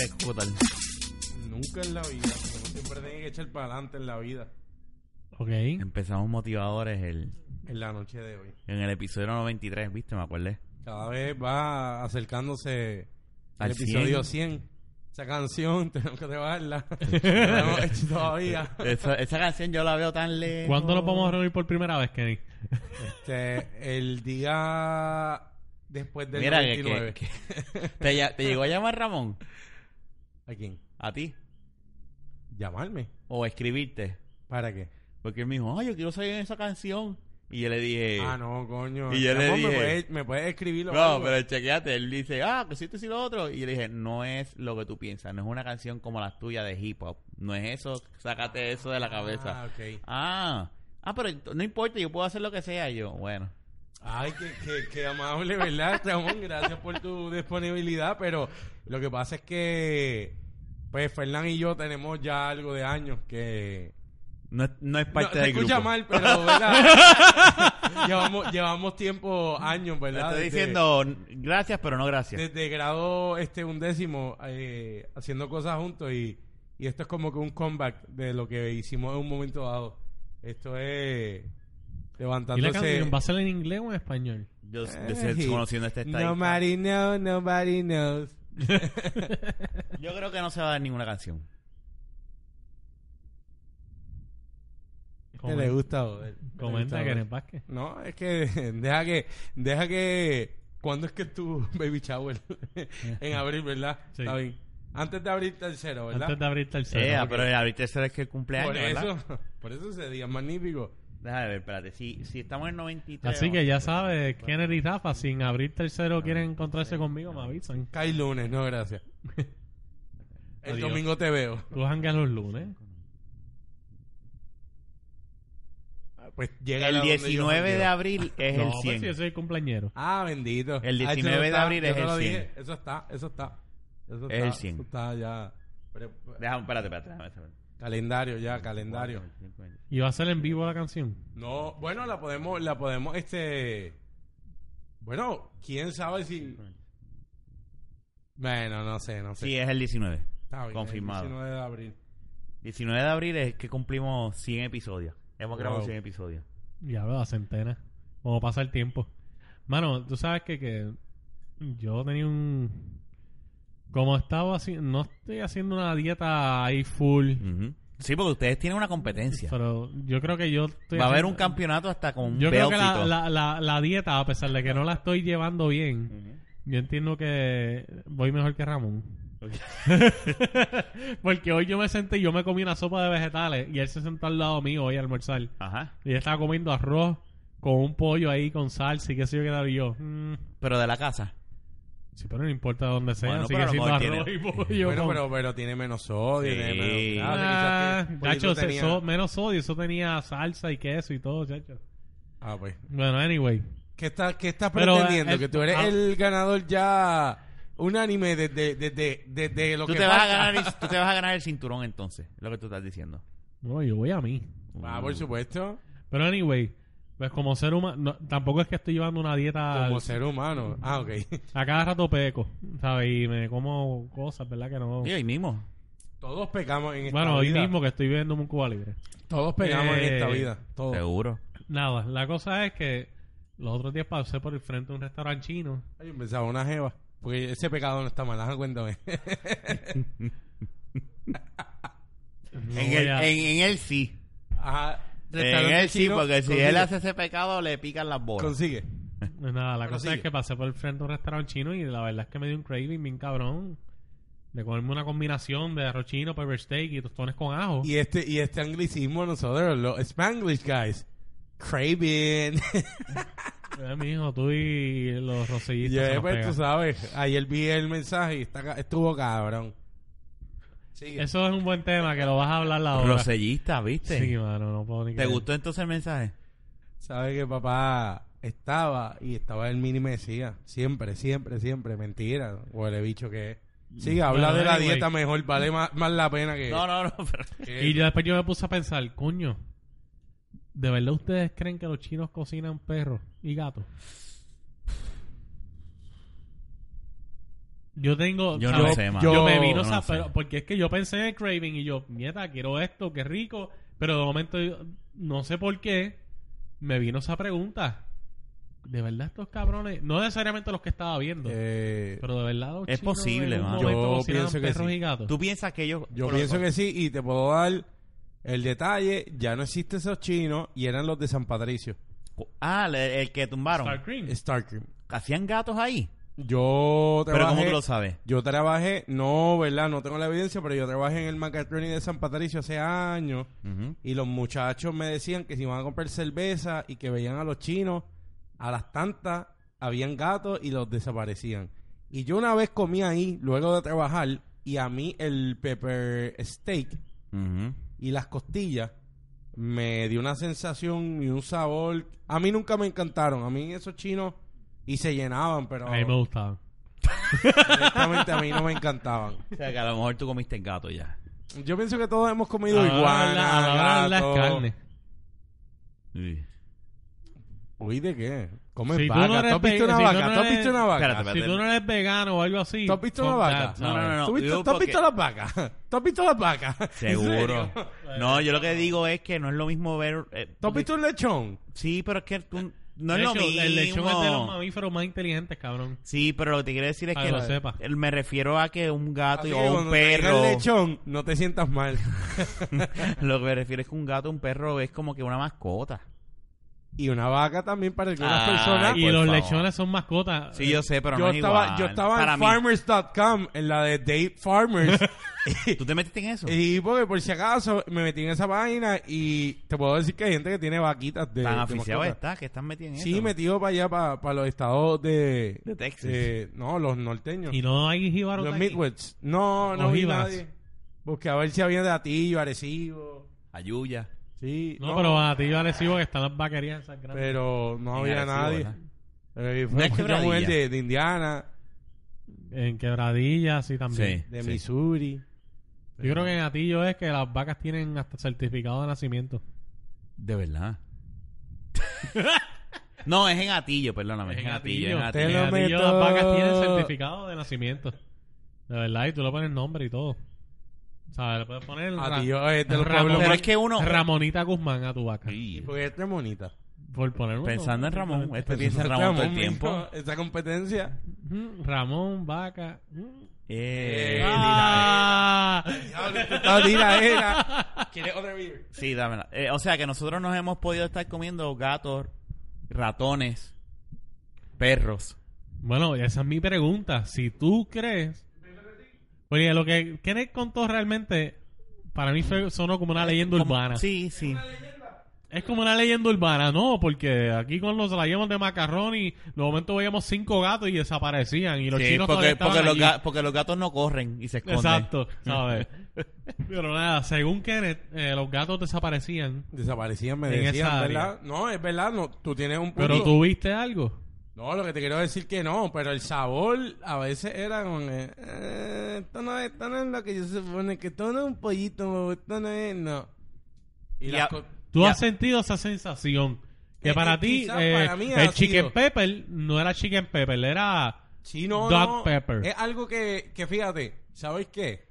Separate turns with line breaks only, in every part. ¿Eh? total.
Nunca en la vida. Uno siempre tiene que echar para adelante en la vida.
Ok.
Empezamos motivadores el,
En la noche de hoy.
en el episodio 93, ¿viste? Me acordé.
Cada vez va acercándose
Al
al episodio 100. Esa canción tenemos que grabarla. No la hemos hecho todavía.
Esa, esa canción yo la veo tan lejos.
¿Cuándo nos vamos a reunir por primera vez, Kenny?
Este, el día después del
Mira, que,
99.
que- que- ¿Te, ll- ¿Te llegó a llamar Ramón?
¿A quién?
¿A ti?
¿Llamarme?
¿O escribirte?
¿Para qué?
Porque él me dijo, ay, yo quiero salir en esa canción. Y yo le dije,
Ah, no, coño.
Eh. Y yo le
Ramón, ¿me
dije-
puedes, me puedes escribirlo?
No, pero chequeate, él dice, ah, que sí, esto y lo otro. Y yo le dije, no es lo que tú piensas, no es una canción como las tuyas de hip hop. No es eso, sácate eso de la
Ah,
cabeza.
ok.
Ah, ah, pero ent- no importa, yo puedo hacer lo que sea. Y yo, bueno,
Ay, qué, qué- qué amable, ¿verdad, Ramón? Gracias por tu disponibilidad, pero lo que pasa es que, pues, Fernán y yo tenemos ya algo de años que...
no, es- no es
No,
parte
se
del
escucha
grupo.
mal, pero, ¿verdad? llevamos, llevamos tiempo, años,
Te
¿verdad?
estoy
Desde-
diciendo gracias, pero no gracias.
Desde grado este undécimo, eh, haciendo cosas juntos y, y esto es como que un comeback de lo que hicimos en un momento dado. Esto es
¿Y la
levantándose...
canción va a ser en inglés o en español?
Yo de ser-
Ey,
conociendo este estadista.
Nobody knows, nobody knows.
Yo creo que no se va a dar ninguna canción.
Que Este le gusta, joder.
Comenta,
que
Kenny Vázquez.
No, es que deja que, deja que, ¿cuándo es que tu baby shower? en abril, ¿verdad?
Sí.
Está bien. Antes de abril tercero, ¿verdad?
Antes de abrir tercero.
Eh, ah,
ok.
pero ahorita ese es que el cumpleaños,
por
¿verdad?
eso, por eso ese día es magnífico.
Déjame ver, espérate. Si, si estamos en 93...
Así que ya sabes, Kennedy y Rafa, sin abrir
Ah.
tercero quieren encontrarse conmigo, me avisan.
Cae lunes, no, gracias. El
Adiós.
domingo te veo.
Tú jangas los lunes.
Pues llega
El 19 de abril es
no,
el
pues
100.
si yo soy el cumpleañero.
Ah, bendito.
El
Ah, eso
19 de
está,
abril
yo
es
te
el
lo
100.
dije. Eso está, eso está. Eso
Es
está,
el 100.
Eso está ya. Pero-
Déjame, espérate, espérate. déjame saber.
calendario ya, calendario.
Y va a ser en vivo la canción.
No, bueno, la podemos, la podemos, este... Bueno, quién sabe si... Bueno, no sé, no sé.
pues. Sí, es el 19.
Está bien,
confirmado.
El 19 de abril.
19 de abril es que cumplimos 100 episodios. Hemos grabado
Wow.
100 episodios.
Ya veo, la centena. Como pasa el tiempo. Mano, tú sabes que, que yo tenía un... Como estaba haciendo... No estoy haciendo una dieta ahí full.
Ujú. Sí, porque ustedes tienen una competencia.
Pero yo creo que yo estoy
Va a haber
haciendo-
un campeonato hasta con un
Yo creo que la,
beltito.
la, la, la dieta, a pesar de que no la estoy llevando bien,
Ujú.
yo entiendo que voy mejor que Ramón.
Mm. Ok.
Porque hoy yo me senté y yo me comí una sopa de vegetales y él se sentó al lado mío hoy a almorzar. Y
Ajá.
él estaba comiendo arroz con un pollo ahí con salsa y qué sé yo qué tal. Y yo, mm,
Pero de la casa.
sí, pero no importa dónde sea,
Bueno,
sigue
pero a lo
siendo
mejor
arroz y pollo.
bueno,
con-
pero, pero tiene menos sodio,
Sí.
tiene menos... grasa,
Ah,
quizás que- porque
chacho,
tú
eso-
tenías-
eso- menos sodio, eso tenía salsa y queso y todo, chacho.
Ah, pues.
Bueno, anyway.
¿Qué estás qué estás
Pero,
pretendiendo?
eh, el-
que tú eres
ah.
el ganador ya unánime desde de, de, de, de lo
Tú
que
te, vas a
falta.
ganar el, tú te vas a ganar el cinturón entonces. es Lo que tú estás diciendo. Mm.
No, yo voy a mí.
Ah, por supuesto.
Pero anyway, pues como ser humano, tampoco es que estoy llevando una dieta
Como
al-
ser humano. Ah, ok.
a cada rato peco, ¿sabes? Y me como cosas, ¿verdad? Que no...
Y hoy mismo.
Todos pecamos en esta
bueno, hoy
vida.
mismo que estoy viendo un Cuba Libre.
Todos pecamos en
Eh,
esta vida. Todos.
Seguro.
Nada, la cosa es que los otros días pasé por el frente de un restaurante chino.
Ay, empezaba una jeva. Porque ese pecado no está mal, ajá, cuéntame.
No
En
voy
el,
a-
en, en él sí.
Ajá.
En
restaurante
él sí,
chino,
porque si
consigue,
él hace ese pecado, le pican las bolas.
Consigue.
Pues Nada, la
Pero
cosa es
sigue.
que pasé por el frente de un restaurante chino y la verdad es que me dio un craving bien cabrón de comerme una combinación de arroz chino, pepper steak y tostones con ajo.
Y este, y este anglicismo nosotros, los Spanglish guys. Craven.
Eh, mijo, tú y los rosellitos se
Yeah,
nos
pues,
pegan.
tú sabes, ayer vi el mensaje y está ca- estuvo cabrón. Sigue.
Eso es un buen tema que lo vas a hablar la hora.
Rosellista, ¿viste?
Sí, mano, no puedo ni
¿Te
creer.
gustó entonces el mensaje?
Sabe que papá estaba y estaba el mini Mesías. Siempre, siempre, siempre. Mentira. Huele bicho que es. Sigue, habla
Bueno,
de la
anyway.
dieta mejor. Vale más, más la pena que.
No, no, no. pero-
que-
Y yo después yo me puse a pensar, coño, ¿de verdad ustedes creen que los chinos cocinan perros y gatos? Yo tengo.
Yo no
yo,
sé, mano.
yo
Yo
me vino,
no
o sea,
sé.
pero- porque es que yo pensé en el craving y yo, nieta, quiero esto, qué rico. Pero de momento, yo- no sé por qué, me vino esa pregunta. De verdad, estos cabrones, no necesariamente los que estaba viendo,
Eh,
pero de verdad, los
Es
chinos
posible,
en un
mano.
momento
Yo
cocinaban
pienso que
perros
sí.
y gatos.
¿Tú piensas que ellos...
yo
pero-
pienso que sí y te puedo dar el detalle. Ya no existen esos chinos y eran los de San Patricio.
Ah, el, el que tumbaron.
Star Cream.
Starkrim.
¿Hacían gatos ahí? Mm.
Yo
Pero
trabajé...
¿cómo tú lo sabes?
Yo trabajé, no, ¿verdad? No tengo la evidencia, pero yo trabajé en el Macatroni de San Patricio hace años
Ujú.
y los muchachos me decían que si iban a comprar cerveza y que veían a los chinos, a las tantas, habían gatos y los desaparecían. Y yo una vez comí ahí, luego de trabajar, y a mí el pepper steak
Ujú.
y las costillas me dio una sensación y un sabor. A mí nunca me encantaron, a mí esos chinos y se llenaban, pero
A mí me gustaban.
honestamente a mí no me encantaban.
O sea, que a lo mejor tú comiste el gato ya.
Yo pienso que todos hemos comido
Ahora Ah, la- ahora
igual.
las carnes.
Sí.
Uy, ¿de qué? Comes
Si tú
vaca.
no
¿Tú,
eres
has visto
ve-
una
si tú
vaca?
no
¿Tú has
eres-
visto una vaca?
Espérate,
Si tú no eres vegano o algo así.
¿Tú has visto
fuck
una vaca?
that,
No, no,
¿sabes?
no, no.
¿Tú, has
digo
visto- tú has
porque-
visto las vacas? ¿Tú has visto las vacas? ¿En
Seguro.
serio?
No, yo lo que digo es que no es lo mismo ver... eh,
¿Tú has visto un lechón?
Sí, pero es que tú... No es
De
lo
hecho,
mismo.
El lechón es de los mamíferos más inteligentes, cabrón.
Sí, pero lo que te quiero decir es
Para
que
que lo sepa.
el- me refiero a que un gato
Así que
o Ah, un
cuando te digan
perro,
lechón, no te sientas mal.
lo que me refiero es que un gato o un perro es como que una mascota.
Y una vaca también para algunas
Ah,
personas.
Ay,
y
por
los
favor.
lechones son mascotas.
Sí, yo sé, pero
Yo
no es
estaba,
igual.
yo estaba
Para
en
mí.
farmers.com, en la de Dave Farmers.
¿Tú te metiste en eso?
y porque por si acaso me metí en esa vaina y te puedo decir que hay gente que tiene vaquitas de.
Tan
de
aficiado
mascotas.
estás, que estás metido en eso.
Sí, metido para allá, para, para los estados de...
De Texas.
de- no, los norteños.
Eh, Y no hay jíbaros
los
de aquí.
Midwest. No, no
Los
vi
jíbaros.
nadie. Busqué a ver si había de Atillo, Arecibo.
Ayuya.
Sí,
No, pero a ti yo Arecibo que están las vaquerías esas grandes.
pero no había
Arecibo,
nadie.
¿verdad?
Eh,
No
fue
es
una mujer
quebradilla.
de, de Indiana,
En quebradillas sí también.
Sí.
de Missouri.
Yo creo que en Atillo es que las vacas tienen hasta certificado de nacimiento.
De verdad. no, es en Atillo, perdóname. Es en Atillo. es en
Pues En
Atillo.
Te lo
Atillo
meto.
las vacas tienen certificado de nacimiento. De verdad, y tú le pones nombre y todo. O sea, le puedes poner Ra-
Atillo es de los
Ramón.
pueblos
Pero
más-
es que uno...
Ramonita Guzmán a tu vaca.
Sí.
Porque este es tan bonita.
Por poner un
Pensando en
nombre,
Ramón. Este piensa en
Este
Ramón todo el
Ramón,
tiempo.
mijo, Esa competencia.
Ujú, Mm, Ramón, vaca. ujú.
Eh,
Ah.
Esta tiraera. ¿Quieres otra beer?
Sí, dámela. Eh, o sea que nosotros nos hemos podido estar comiendo gatos, ratones, perros.
Bueno, esa es mi pregunta. Si tú crees. Oye, lo que Kenneth contó realmente. Para mí fue- sonó como una leyenda
Como-
urbana.
Sí, sí.
Es como una leyenda urbana, no, porque aquí con los rayamos de macarrón y de momento veíamos cinco gatos y desaparecían. Y los
Sí,
chinos
porque,
todavía estaban
porque los
allí.
ga- porque los gatos no corren y se esconden.
Exacto, ¿sabes? Pero nada, según Kenneth, eh, los gatos desaparecían.
Desaparecían, me
En esa
decían,
área.
¿verdad? No, es verdad, no, tú tienes un punto.
Pero tú viste algo.
No, lo que te quiero decir que no, pero el sabor a veces era con... eh, eh, esto, no es, esto no es lo que yo supone, que esto no es un pollito, esto no es... No.
Y
las
a-
co-
Tú
Ya.
has sentido esa sensación. Que
Eh,
para
eh,
ti,
quizás
eh,
para mí ha
el
sido-
chicken pepper no era chicken pepper, era.
Sí, no,
Dog
no,
pepper.
Es algo que, que fíjate, ¿sabes qué?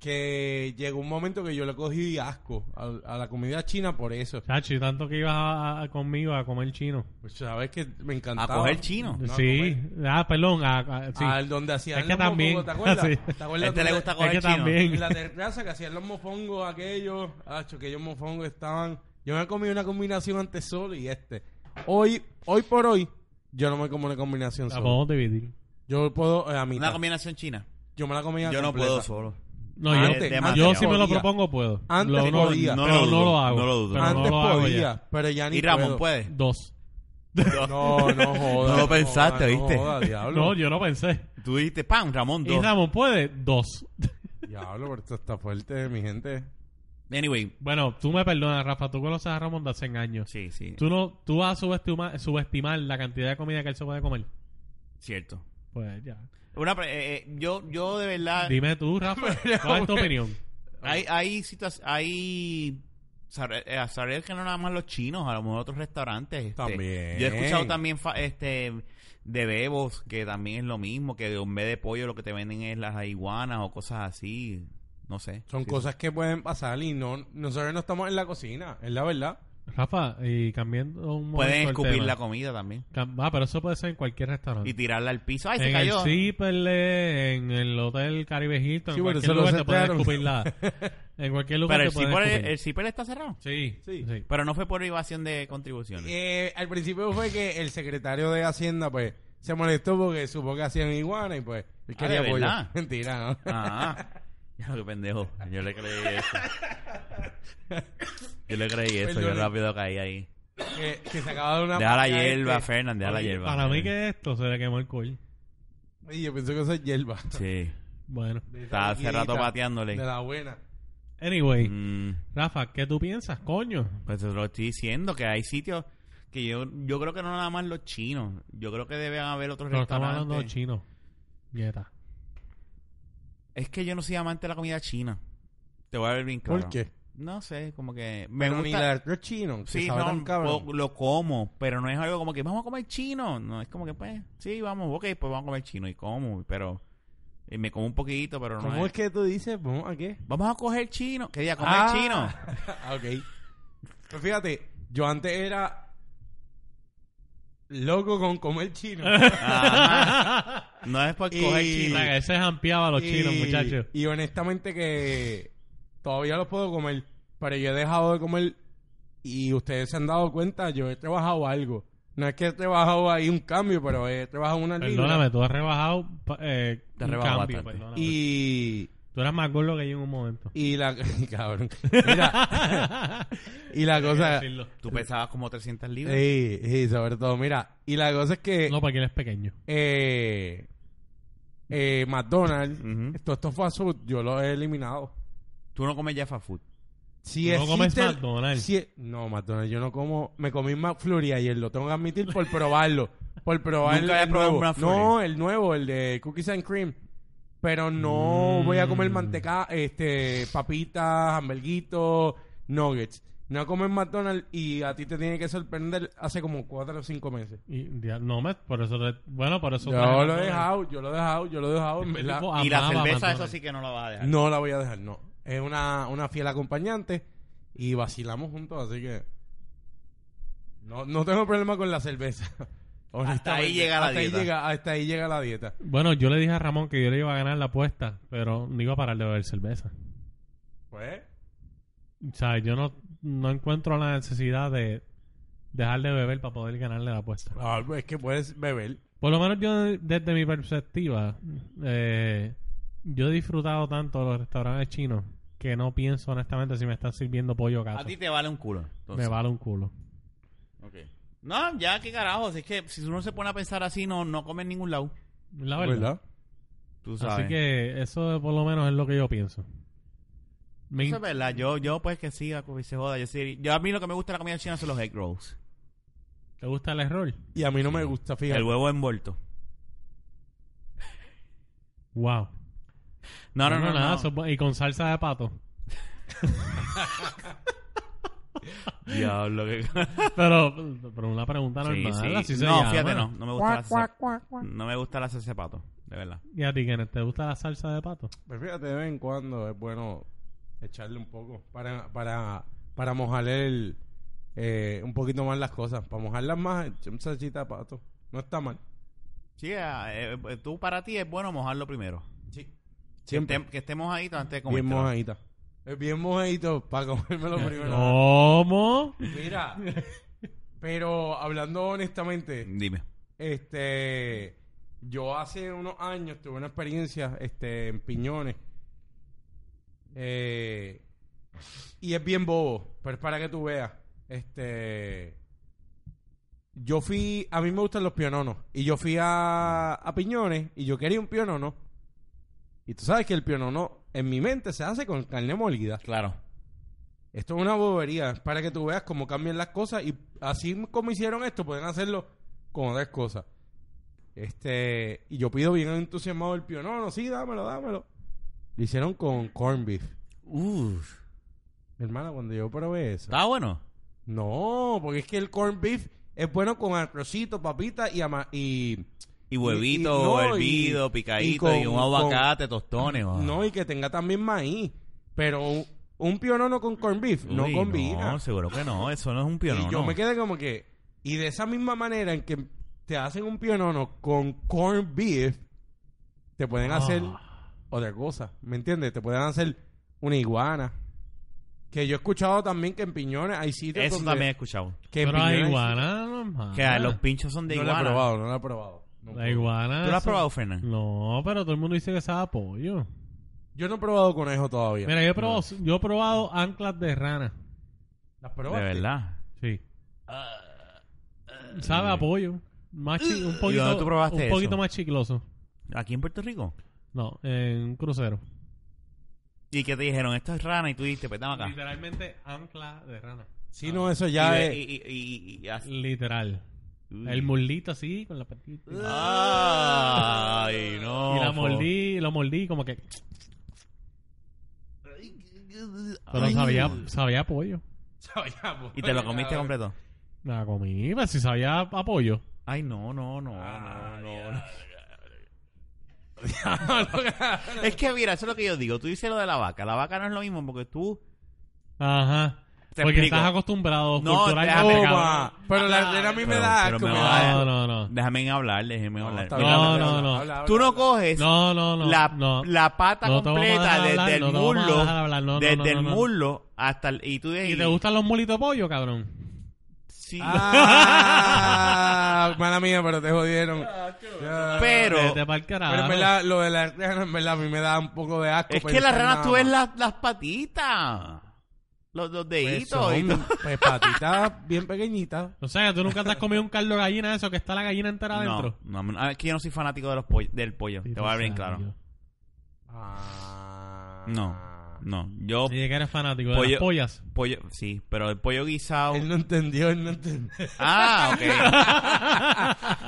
Que llegó un momento que yo le cogí asco a, a la comida china por eso.
Chachi, tanto que ibas a- a- conmigo a comer chino.
Pues, ¿Sabes que Me
A
encantaba.
coger chino.
No, a
sí, ah, perdón. a- a- sí.
Al donde hacían
Es que
los mocongos,
también,
¿te acuerdas?
sí.
¿Te
A
acuerdas
este le
donde-
gusta coger
que
chino.
también-
En la terraza que hacían los mofongos aquellos, acho, que ellos mofongos estaban. Yo me comí una combinación antes solo y este. Hoy, hoy por hoy, yo no me como una combinación
La
solo.
podemos dividir.
Yo puedo eh, a mitad.
Una combinación china.
Yo me la comía
Yo no
completa.
puedo solo.
No,
Ah,
yo,
antes-
yo
antes
si me lo
podía.
propongo puedo.
Antes
Lo- no,
podía.
no,
No
pero
lo
no
dudo,
lo hago.
no lo dudo.
Pero
Antes
no lo hago
podía,
ya.
pero ya ni
Y Ramón
puedo.
puede.
Dos.
No, no jodas.
No lo pensaste,
jodas,
¿viste?
No jodas, diablo.
No, yo no pensé.
Tú dijiste, ¡pam! Ramón,
Y
dos.
Ramón puede, dos.
Diablo, pero esto está fuerte, mi gente.
Anyway.
Bueno, tú me perdonas, Rafa. Tú conoces a Ramón de hace años.
Sí, sí.
Tú no, tú vas a subestima- subestimar, la cantidad de comida que él se puede comer.
Cierto.
Pues ya.
Una, pre- eh, eh, yo, yo de verdad...
Dime tú, Rafa, ¿cuál es tu opinión?
Hay, hay, situa- hay saber, eh, saber que no nada más los chinos, a lo mejor otros restaurantes. este.
También.
Yo he escuchado también fa- este de bebos, que también es lo mismo, que en vez de pollo lo que te venden es las iguanas o cosas así. No sé.
Son
Sí.
cosas que pueden pasar y no nosotros no estamos en la cocina, es la verdad.
Rafa, y cambiando un
Pueden
momento el
escupir
tema.
la comida también.
Cam- Ah, pero eso puede ser en cualquier restaurante.
Y tirarla al piso. ¡Ay, se
Ah. en el
cayó!
Ciperle, en el Hotel Caribe Hilton,
Sí,
en
bueno,
cualquier
eso lo
lugar te pueden
setearon.
escupir la... En cualquier lugar
Pero el
te pueden
Cipel,
escupir.
el Cipel está cerrado.
Sí,
Sí.
sí.
Pero no fue por evasión de contribuciones.
Eh, al principio fue que el secretario de Hacienda pues se molestó porque supo que hacían iguana y pues él
Ah,
quería
¿de
pollo.
verdad?
Mentira, ¿no?
Ah, ya lo que pendejo. Yo le creí eso. Yo le creí eso. Yo
Perdone.
rápido caí ahí.
que, que se acaba de una
Deja la
paca,
hierba,
este.
Fernan, deja la hierba.
Para mí que esto se le quemó el coil.
Y yo pienso que eso es hierba.
Sí.
Bueno.
Estaba hace rato
De
pateándole.
la buena.
Anyway,
Mm,
Rafa, ¿qué tú piensas, coño?
pues te lo estoy diciendo, que hay sitios que yo yo creo que no nada más los chinos. Yo creo que deben haber otros
Pero estamos hablando de
restaurantes.
chino. Nieta.
es que yo no soy amante de la comida china. Te voy a ver bien claro.
¿Por qué?
No sé, como que... Me
Pero Ni
gusta...
la de los chinos, que
Sí,
sabe tan
no,
cabrón.
lo, lo como, pero no es algo como que vamos a comer chino. No, es como que pues, sí, vamos, ok, pues vamos a comer chino y como, pero eh, me como un poquito, pero no es-
¿Cómo es que tú dices? ¿Vamos a qué?
Vamos a coger chino. ¿Qué día? ¿Comer
Ah.
chino?
Ah, ok. Pues fíjate, yo antes era loco con comer chino.
Ajá. no es por
Y-
coger
Sí.
chino.
Mira, que se jampeaba a los chinos,
Y-
muchachos.
Y honestamente que todavía los puedo comer, pero yo he dejado de comer y ustedes se han dado cuenta, yo he trabajado algo. No es que he trabajado ahí un cambio, pero he trabajado una
Perdóname,
línea.
tú has rebajado pa- eh,
Te
un
rebajó
cambio,
bastante.
perdóname.
Y,
Tú eras más gordo que yo en un momento.
y la... cabrón. Mira, y la cosa...
Decirlo.
Tú pesabas como 300 libras.
Sí, sí, sobre todo, mira. Y la cosa es que...
No, porque él es pequeño.
eh, eh, McDonald's,
Mm.
Ujú.
todo esto fue azul, yo lo he eliminado.
Tú no comes Jaffa Food.
Si
¿Tú no
existe
comes
el-
McDonald's?
si- e- no, McDonald's, yo no como. Me comí un McFlurry ayer, lo tengo que admitir por probarlo. Por probar
Nunca había
el
probado
nuevo.
un McFlurry.
No, el nuevo, el de Cookies and Cream. Pero no voy a comer manteca, este, papitas, hamburguitos, nuggets. No comer McDonald's y a ti te tiene que sorprender hace como cuatro o cinco meses.
Y, dia- no, me, por eso... te- Bueno, por eso...
Yo lo he dejado, yo lo he dejado, yo lo he dejado, en verdad.
y la cerveza, eso sí que no la vas a dejar.
No la voy a dejar, no. Es una, una fiel acompañante y vacilamos juntos, así que no, no tengo problema con la cerveza.
Hasta ahí llega la
Honestamente, hasta ahí
dieta.
llega- hasta ahí llega la dieta.
Bueno, yo le dije a Ramón que yo le iba a ganar la apuesta, pero no iba a parar de beber cerveza.
Pues,
O sea, yo no, no encuentro la necesidad de dejar de beber para poder ganarle la apuesta.
ah, pues es que puedes beber.
Por lo menos yo, desde mi perspectiva, eh, yo he disfrutado tanto de los restaurantes chinos que no pienso honestamente si me están sirviendo pollo o
A
gato.
ti te vale un culo. entonces.
Me vale un culo.
Ok. No, ya, qué carajo. Si es que si uno se pone a pensar así, no, no come en ningún lado. Ah,
La verdad.
¿Verdad?
Tú sabes.
Así que eso por lo menos es lo que yo pienso. Me
Eso es verdad. Yo, yo pues que sí, a- que se joda. Yo, sí, yo a mí lo que me gusta de la comida china son los egg rolls.
in- ¿Te gusta el error?
Y a mí no me gusta, fíjate.
El huevo envuelto.
Wow.
No, no, no. no,
nada, eso es bu- y con salsa de pato.
Diablo, que...
Pero, pero una pregunta
Sí,
normal.
sí.
así se
No,
llama.
fíjate, no. No me gusta la salsa. No me gusta la salsa de pato, de verdad.
¿Y a ti, Kenneth, te gusta la salsa de pato?
Pues fíjate, de vez en cuando es bueno echarle un poco para, para, para mojar el, eh, un poquito más las cosas. Para mojarlas más, echa un salsita de pato. No está mal.
Sí, eh, eh, tú para ti es bueno mojarlo primero.
Sí.
Que, estem- que esté mojadito antes de
Bien
comértelo.
mojadito. Es bien mojadito para comérmelo primero.
¿Cómo?
Mira, pero hablando honestamente,
Dime.
este, yo hace unos años tuve una experiencia este, en piñones. Eh, y es bien bobo, pero es para que tú veas. Este, yo fui, a mí me gustan los piononos. Y yo fui a, a piñones y yo quería un pionono. Y tú sabes que el pionono en mi mente se hace con carne molida.
Claro.
Esto es una bobería, es para que tú veas cómo cambian las cosas y así como hicieron esto, pueden hacerlo con otras cosas. Este, y yo pido bien entusiasmado el pionono, sí, dámelo, dámelo. Lo hicieron con corn beef.
Uff.
Hermano, cuando yo probé eso.
¿Está bueno?
No, porque es que el corned beef es bueno con arrocito, papita y, ama- y
Y huevito,
y- no,
hervido,
y-
picadito, y,
y con-
un
con-
aguacate, tostones. ah.
no y que tenga también maíz. Pero un, un pionono con corned beef no
Uy,
combina.
No, seguro que no. Eso no es un pionono.
y yo me quedé como que y de esa misma manera en que te hacen un pionono con corned beef te pueden
Ah.
hacer otra cosa, ¿me entiendes? Te pueden hacer una iguana. Que yo he escuchado también que en piñones hay sitios
Eso
donde-
también he escuchado.
que en
Pero la
piñones hay
iguana, no, man.
Que los pinchos son de
No lo he
iguana.
probado, Ah, no lo he probado. No
La
he probado.
iguana.
¿Tú lo has
eso-
probado, Fernan?
No, pero todo el mundo dice que sabe a pollo.
Yo no he probado conejo todavía.
Mira, yo he probado, yo he probado anclas de rana.
¿Las
De
probaste?
verdad.
Sí. Sabe a pollo. Más chi- un poquito,
Ah, dónde tú probaste
un poquito
eso?
más chicloso.
¿Aquí en Puerto Rico?
No, en un crucero.
¿Y que te dijeron? Esto es rana. Y tú dijiste, pues dame acá.
Literalmente ancla de rana.
Sí, no, eso ya
y,
es...
ve- y- y- y- y así.
Literal.
Uy.
El mullito así, con la patita.
Ay, no.
y la
po.
mordí, lo mordí como que... Pero
Ay.
sabía, sabía a pollo.
¿Y te lo comiste completo?
La comí, pero si sabía a pollo.
Ay, no, no, no,
Ah,
no, no. Es que mira, eso es lo que yo digo. Tú dices lo de la vaca. La vaca no es lo mismo porque tú...
Ajá.
Te
Porque
explico.
estás acostumbrado
No,
culturalmente,
déjame,
cabrón.
Toma. Pero la arena a mí me
Pero-
da
pero
asco.
me
me
va a
da
dar-
asco.
No, no, no.
Déjame hablar, déjame hablar.
está
Mira,
bien,
No,
habla,
no,
habla,
no.
habla, habla,
Tú no
habla.
coges
No, no, no.
la,
no.
la pata
No te vamos a
completa
dejar hablar,
desde el
no te vamos a
muslo,
dejar hablar, no, no,
desde
no,
el
no, no.
muslo hasta el... Y tú dices...
¿Y te gustan los molitos de pollo, cabrón?
Sí.
Ah, mala mía, pero te jodieron. Ya.
Pero...
Vete pa'l carajo.
Pero en verdad, lo de la rana, en verdad, a mí me da un poco de asco.
Es que las
pensar
ranas
nada
tú ves
más.
las, las patitas. Los, los
Pues
deditos. y
son,
todo.
pues, patitas bien pequeñitas.
O sea, tú nunca te has comido un caldo de gallina de eso que está la gallina entera adentro.
No, no, es que yo no soy fanático de los poll- del pollo. te voy a dar bien claro.
Ah.
No, no. Yo
Dije que eres fanático de
Pollo-
las pollas.
pollo, sí, pero el pollo guisado.
Él no entendió, él no entendió.
Ah,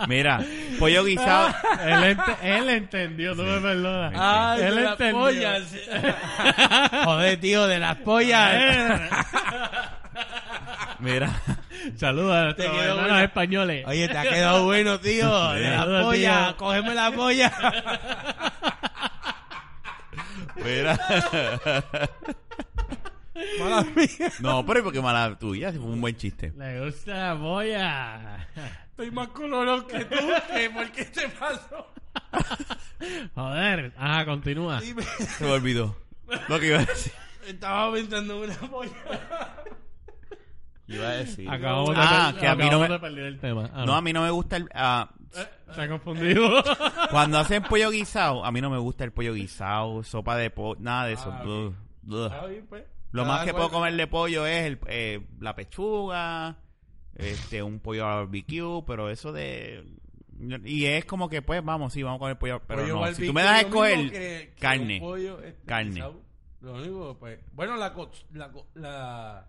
ok. Mira, pollo guisado.
él, ent- él entendió, tú me perdonas.
Ay,
él
de las
entendió.
pollas. Joder, tío, de las pollas.
Eh. Mira,
Saludos a
Te
nuestros
quedó
hermanos
buena.
españoles.
Oye, te ha quedado bueno, tío. De las
Saludos,
pollas,
tío.
cógeme la polla.
mira.
Mala mía.
No, pero ¿y por qué mala tuya? Si Fue un buen chiste.
Le gusta la polla.
Estoy más colorado que tú. ¿qué? ¿Por qué te pasó?
Joder. Ajá, continúa.
Dime.
Se me olvidó. Lo que iba a decir.
Estaba pensando en una polla.
Iba a decir.
Acabamos,
ah,
de, per-
que a mí no
acabamos
me,
de perder el tema. Ah,
no, a mí no me gusta el. ah,
Se ha confundido.
Cuando hacen pollo guisado, a mí no me gusta el pollo guisado, sopa de pollo, nada de eso.
Ah, ok.
Ugh, ugh.
pues.
Lo
Cada
más que
cual-
puedo comer de pollo es el, eh, la pechuga, este, un pollo al barbecue, pero eso de... Y es como que, pues, vamos, sí, vamos a comer pollo, pero
Pollo
no. Si
barbecue
tú me das a
es lo mismo
escoger
que- que
carne.
un pollo, este,
Carne.
guisado. Lo único, pues. Bueno, la, co- la, co- la,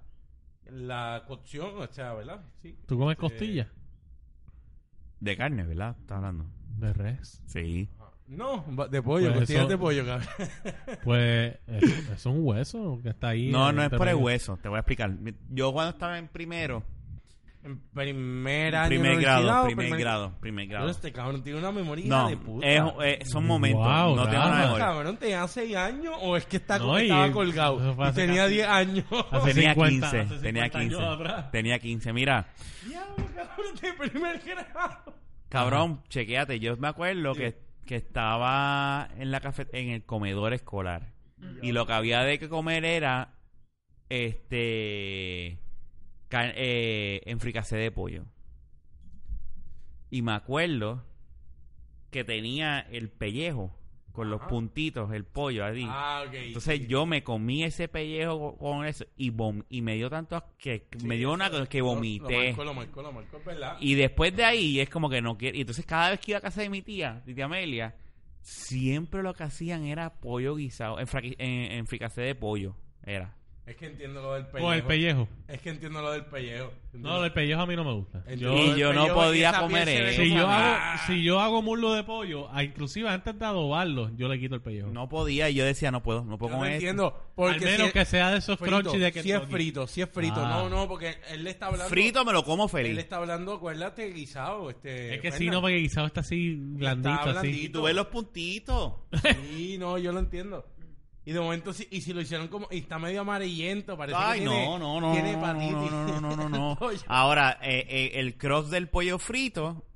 la cocción, o sea, ¿verdad? Sí.
¿Tú comes costilla?
de carne, ¿verdad? Estás hablando.
De res.
Sí.
No, va- de pollo,
Pues
costillas
eso-
de pollo, cabrón.
Pues es, es un hueso que está ahí.
No,
eh,
no es por el
también.
hueso, te voy a explicar. Yo cuando estaba en primero,
En primer año.
primer
de
grado,
universidad,
primer,
primer-
grado, primer
Pero
grado.
este cabrón tiene una memoria
No,
de puta.
es, eh, son momentos,
Wow,
no tengo
Rafa.
una
Ah,
memoria.
cabrón, tenía 6 años o es que está
No, y-
estaba
eso
colgado.
fue
Y
hace
tenía
casi-
10 años.
hace
Tenía
50,
15,
hace
tenía
50 años
15.
atrás.
Tenía 15, mira.
Diablo, cabrón, de primer grado.
Cabrón, chequeate, yo me acuerdo que, que estaba en la cafe- en el comedor escolar. Y lo que había de que comer era este ca- eh, enfricasé de pollo. Y me acuerdo que tenía el pellejo con los
Ajá.
puntitos, el pollo ahí.
Ah, ok.
Entonces yo me comí ese pellejo co- con eso y vom- y me dio tanto as- que
Sí,
me dio una
eso-
cosa que
lo- Lo
vomité.
marcó, lo marcó, lo marcó, es ¿verdad?
Y después de ahí es como que no quiere. Y entonces cada vez que iba a casa de mi tía, de tía Amelia, siempre lo que hacían era pollo guisado, en, fraqui- en, en fricasé de pollo. Era.
Es que entiendo lo del pellejo.
O el pellejo.
Es que entiendo lo del pellejo.
No, el pellejo a mí no me gusta.
Entiendo
Y
el
yo no
pellejo
podía
esa
comer
piel se ve
eso.
Si
como-
yo,
Ah.
hago, si yo hago muslo de pollo, a- inclusive antes de adobarlo, yo le quito el pellejo.
No podía y yo decía, no puedo, no
Yo
puedo
no
comer esto.
entiendo.
Al
Porque
menos
si
que sea de esos
frito,
crunchy de que
si es frito, si es frito.
Ah.
No, no, porque él le está hablando.
Frito me lo como
Él
feliz.
está hablando, acuérdate, guisado. Este,
Es que
Fernan.
si no, porque guisado está así blandito, así.
Y tú ves los puntitos.
Sí, no, yo lo entiendo. Y de momento, sí- y si lo hicieron como. Y está medio amarillento, parece
Ay,
que tiene,
no, no, no.
tiene
no,
hepatitis.
no, no, no, no, no.
Pollo.
Ahora, eh, eh, el cross del pollo frito,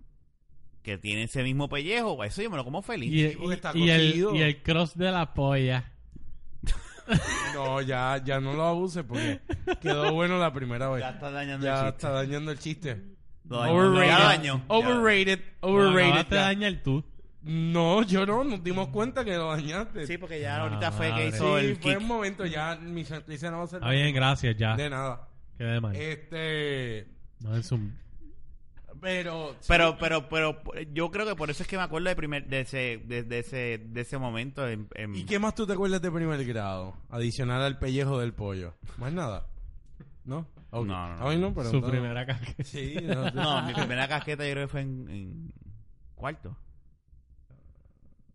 que tiene ese mismo pellejo, eso yo me lo como feliz.
Y,
Sí, porque está
y- y el,
cocido.
y el cross de la polla.
No, ya, ya no lo abuses porque quedó bueno la primera vez.
Ya está dañando
Ya
el chiste.
está dañando el chiste.
Lo dañó, Ya lo dañó.
Overrated.
No,
Overrated.
no te
ya.
daña el tú.
No, yo no. Nos dimos cuenta que lo dañaste.
Ya. Sí,
Sí,
porque ya ahorita fue que
madre.
hizo el
fue
kick.
un momento. Ya mi sonrisa no va a ser
Está bien, gracias, ya.
de nada.
Quedé mal.
Este...
No es un...
Pero...
Pero, pero, pero, yo creo que por eso es que me acuerdo de primer, de ese, de, de ese, de ese momento. En, en-
¿Y qué más tú te acuerdas de primer grado? Adicional al pellejo del pollo. Más nada. ¿No? Ok.
No, no, no.
Hoy no, pero...
su
entonces-
primera caca.
Sí. no,
No, mi primera casqueta yo creo que fue en, en cuarto,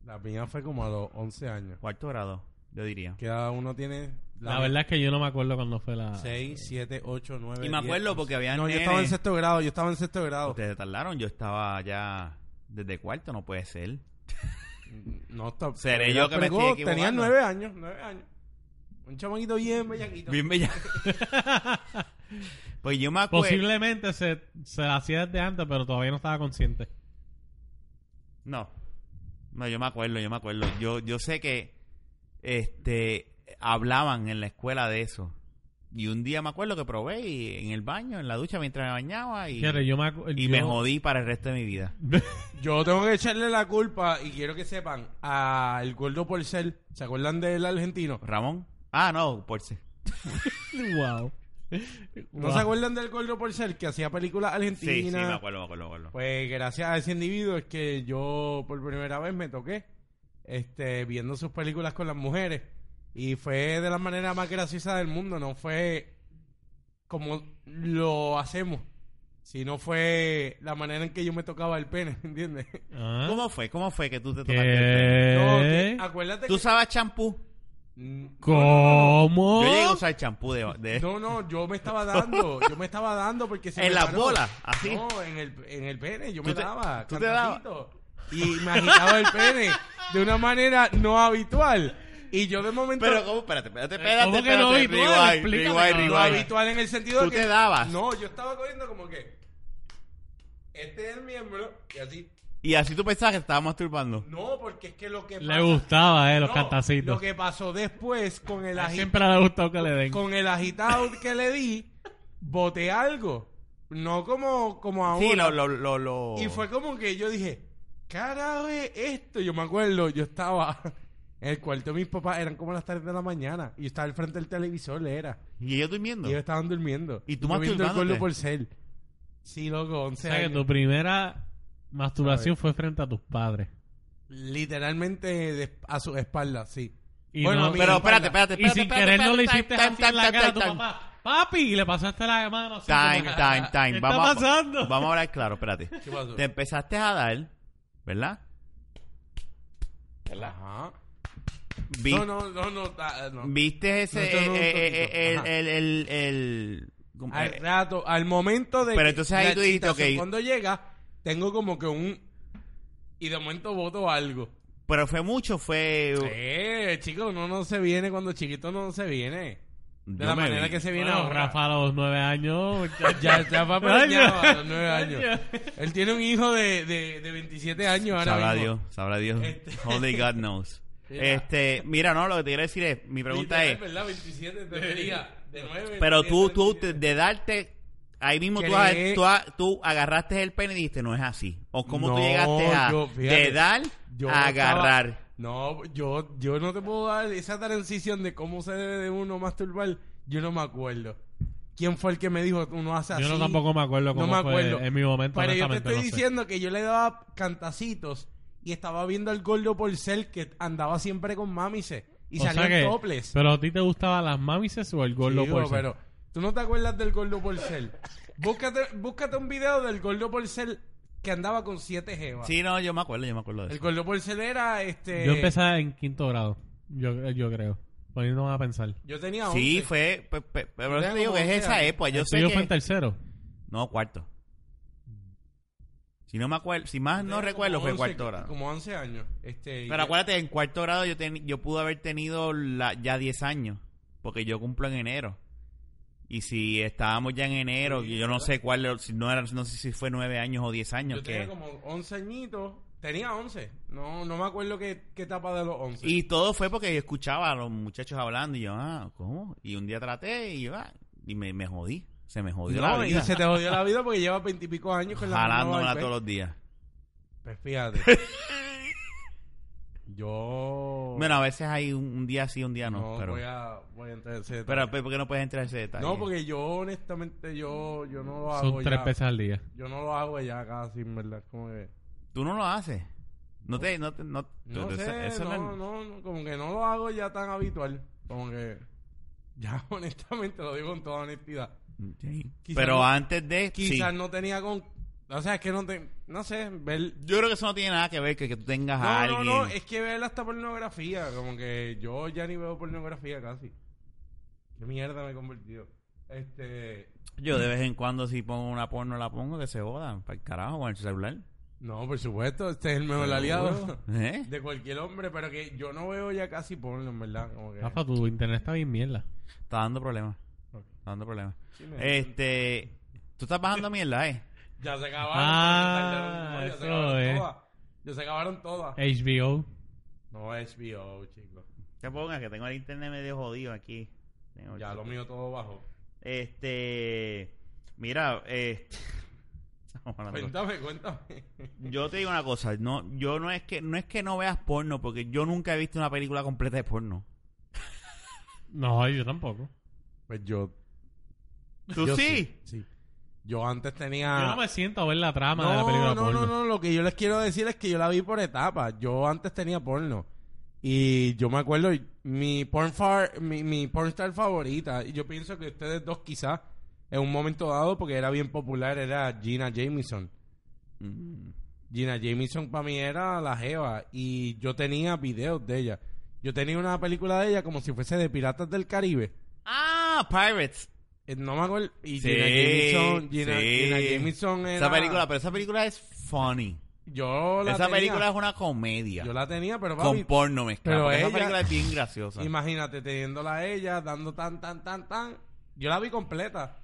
La mía fue como a los 11 años.
cuarto grado, yo diría.
Que cada uno tiene...
La verdad es que yo no me acuerdo cuando fue la...
6, 7, 8, 9.
Y me acuerdo porque había
No, yo
nenes-
estaba en sexto grado, yo estaba en sexto grado.
Ustedes tardaron, yo estaba ya desde cuarto, no puede ser.
Mm, No, está-
Seré yo que me
Pero
estoy
vos Tenías
equivocando.
nueve años, nueve años. Un chamaquito bien bellaquito.
Bien bella. pues yo me acuerdo.
Posiblemente se, se la hacía desde antes, pero todavía no estaba consciente.
No. No, yo me acuerdo, yo me acuerdo. Yo, yo sé que este hablaban en la escuela de eso. Y un día me acuerdo que probé y en el baño, en la ducha mientras me bañaba y,
Fíjate, yo me acu-
y
yo-
me jodí para el resto de mi vida.
Yo tengo que echarle la culpa y quiero que sepan al gordo Porcel. ¿Se acuerdan del argentino?
Ramón. Ah, no, por si.
wow.
¿No se acuerdan del gordo Porcel que hacía películas
Sí, sí,
argentinas?
me acuerdo, me acuerdo, me acuerdo.
Pues gracias a ese individuo es que yo por primera vez me toqué este, viendo sus películas con las mujeres. Y fue de la manera más graciosa del mundo, no fue como lo hacemos, sino fue la manera en que yo me tocaba el pene, ¿entiendes?
Ah,
¿Cómo fue? ¿Cómo fue que tú te
¿Qué?
tocaste el pelo?
¿Eh?
No, que- acuérdate
¿Tú
que...
usabas champú?
Mm,
¿Cómo?
Yo llegué a usar champú de... de-
No, no, yo me estaba dando, yo me estaba dando porque se
En
me
las
paró.
bolas, así.
No, en el, en el pene, yo
Tú
me
te-
daba.
tú te dabas.
cantacito. Y me agitaba el pene de una manera no habitual. Y yo de momento.
Pero, ¿cómo? Espérate, espérate, espérate.
Eh, ¿Cómo que
espérate,
no habitual?
Rewind,
Explícame,
rewind,
no
cabrón.
rewind.
habitual en el sentido
Tú
de que.
te dabas.
No, yo estaba corriendo como que. Este es el miembro. Y así.
Y así tú pensabas que te estabas masturbando.
No, porque es que lo que.
Le
pasa-
gustaba, eh, los
No,
cantacitos.
Lo que pasó después con el
A él
agitado.
Siempre le ha gustado que le den.
con el agitado que le di, boté algo. No como, como ahora.
Sí, lo, lo, lo, lo-
Y fue como que yo dije, carajo es esto. Yo me acuerdo, yo estaba en el cuarto de mis papás, eran como las 3 de la mañana. Y yo estaba al frente del televisor, le era.
Y ellos durmiendo.
Y ellos estaban durmiendo.
¿Y tú
Yo viendo el
masturbándote?
gordo por ser. Sí, loco, 11
o sea, que
años.
tu primera masturbación fue frente a tus padres.
Literalmente de- a su espalda, sí.
Y
Bueno,
no-
a mí-
Pero
mi
espérate, espérate,
espalda.
espérate.
y sin
espérate,
querer no le
espérate,
hiciste
time,
así
time,
en la
time,
cara a
time,
tu
time.
papá. Papi, y le pasaste la mano así.
Time,
como-
time, time.
¿Qué
Vamos,
está pasando?
Vamos a hablar claro, espérate.
¿Qué pasó?
Te empezaste a dar, ¿verdad?
Ajá.
Vi-
No, no, no, no. ah, no.
Viste ese...
No, esto no,
eh, eh,
esto no.
eh,
Ajá.
el, el, el- el- como-
Al
eh,
rato, al momento de.
Pero
que
entonces ahí
la
tú dijiste,
excitación,
ok.
Cuando llega, tengo como que un. Y de momento voto algo.
pero fue mucho, fue...
Eh, chicos, uno no se viene cuando chiquito no se viene. De
Yo
la
me
manera
vi.
que se viene
Bueno,
ahora.
Rafa a los nueve años. ya-
Ya, ya va para
Ay,
allá,
no.
a los nueve
Ay,
años. Él tiene un hijo de, de, de 27 años ahora
Sabrá
mismo.
Dios, sabrá Dios.
Este-
Only God knows.
Mira.
Este, mira, no, lo que te quiero decir es, mi pregunta
Literal,
es,
¿verdad? 27 te diría, de nueve,
pero tú,
27,
tú, te- de darte, ahí mismo tú,
Creé-
a- tú, a- tú agarraste el pene y dijiste, no es así. O cómo tú
No,
llegaste a,
yo, fíjate,
de dar
Yo
a
estaba-
agarrar.
no, yo, yo no te puedo dar esa transición de cómo se debe de uno masturbar. Yo no me acuerdo. ¿Quién fue el que me dijo uno hace así?
Yo no tampoco me
No
acuerdo cómo
me
fue
acuerdo.
en mi momento.
Pero yo te
honestamente,
estoy
no sé.
diciendo que yo le daba cantacitos y estaba viendo al gordo Porcel que andaba siempre con mamise. Y Y
O sea
salían
que-
toples.
Pero a ti te gustaban las mamises o el gordo
Sí,
por ser?
pero tú no te acuerdas del gordo porcel. Búscate, búscate un video del gordo porcel que andaba con siete jevas.
Sí, no, yo me acuerdo, yo me acuerdo de
Ah. El
eso.
gordo porcel era este.
Yo empecé en quinto grado, yo, yo creo. Poniéndome a pensar.
Yo tenía
Sí,
11.
fue. pe- pe- pero
Tenía
te digo
como
que es
11
esa
años.
época.
Yo
Yo sé
yo
que-
fue en tercero.
No, cuarto. Si no me acuerdo, si más no
Tenía
recuerdo,
como
fue
11,
cuarto grado.
Como 11 años. Este, y
Pero acuérdate, en cuarto grado yo, ten- yo pude haber tenido la- ya 10 años, porque yo cumplo en enero. Y si estábamos ya en enero,
Sí,
yo no
¿verdad?
sé cuál, si no, era, no sé si fue 9 años o 10 años.
Yo tenía
que-
como 11 añitos. Tenía 11. No, no me acuerdo qué, qué etapa de los 11.
Y todo fue porque yo escuchaba a los muchachos hablando y yo, ah, ¿cómo? Y un día traté y yo, ah, y me, me jodí. Se me jodió
No,
la
y
vida.
se te jodió la vida porque llevas veintipico años con la misma
Jalándomela
barba.
todos los días.
Pues fíjate. Yo.
Bueno, a veces hay un, un día sí, un día no.
no,
pero,
voy a, voy a entrar en ese detalle.
pero, pero, ¿por qué no puedes entrar en ese detalle?
No, porque yo honestamente yo, yo no lo hago
Son
ya.
tres veces al día.
Yo no lo hago ya casi, en verdad, como que
Tú no lo haces. No te, no te, no,
no
tú-
sé,
eso- eso
no,
no
no,
es-
no, como que no lo hago ya tan habitual, como que ya honestamente lo digo con toda honestidad.
Sí.
Quizás
Pero
no-
antes de,
Quizás
sí.
no tenía con o sea, es que no te no sé, ver
Yo creo que eso no tiene nada que ver que, que tú tengas a
no, no,
alguien.
no, es que ver hasta pornografía, como que yo ya ni veo pornografía casi. Qué mierda me he convertido. Este,
Yo de vez en cuando si pongo una porno la pongo que se jodan. Para el carajo con el celular.
no, por supuesto, este es el mejor aliado.
¿Eh?
De cualquier hombre, pero que yo no veo ya casi porno, en verdad. Como que,
Rafa, tu internet está bien mierda.
Está dando problemas.
Ok.
Está dando problemas.
Sí, me-
Este, tú estás bajando mierda, ¿eh?
ya se acabaron.
Ah,
ya se
eso
acabaron
es.
todas. Ya se acabaron todas.
HBO.
No, HBO, chicos.
Te pongas que tengo el internet medio jodido aquí. Tengo-
Ya lo mío todo bajo.
Este, mira, eh, estamos hablando de-
Cuéntame, cuéntame.
Yo te digo una cosa, no, yo no es que no es que no veas porno, porque yo nunca he visto una película completa de porno.
No, yo tampoco.
Pues yo.
¿Tú
yo
sí?
Sí. Yo antes
Yo no
tenía.
me siento a ver la trama de la película
Ah. No, no,
porno.
no, no, lo que yo les quiero decir es que yo la vi por etapas. Yo antes tenía porno. Y yo me acuerdo, mi, pornfar, mi, mi pornstar favorita, y yo pienso que ustedes dos quizás, en un momento dado, porque era bien popular, era Gina Jameson.
Mm.
Gina Jameson para mí era la jeva y yo tenía videos de ella. Yo tenía una película de ella como si fuese de Piratas del Caribe.
Ah, Pirates.
Eh, No me acuerdo. Y
Sí,
Gina Jameson, Gina,
sí.
Gina Jameson era...
Esa película, pero esa película es funny.
Yo la
Esa
tenía.
película es una comedia
Yo la tenía, pero papi,
con porno mezclado.
Pero
porque
ella-
Esa película es bien graciosa.
Imagínate teniéndola a ella, dando tan, tan, tan, tan. Yo la vi completa.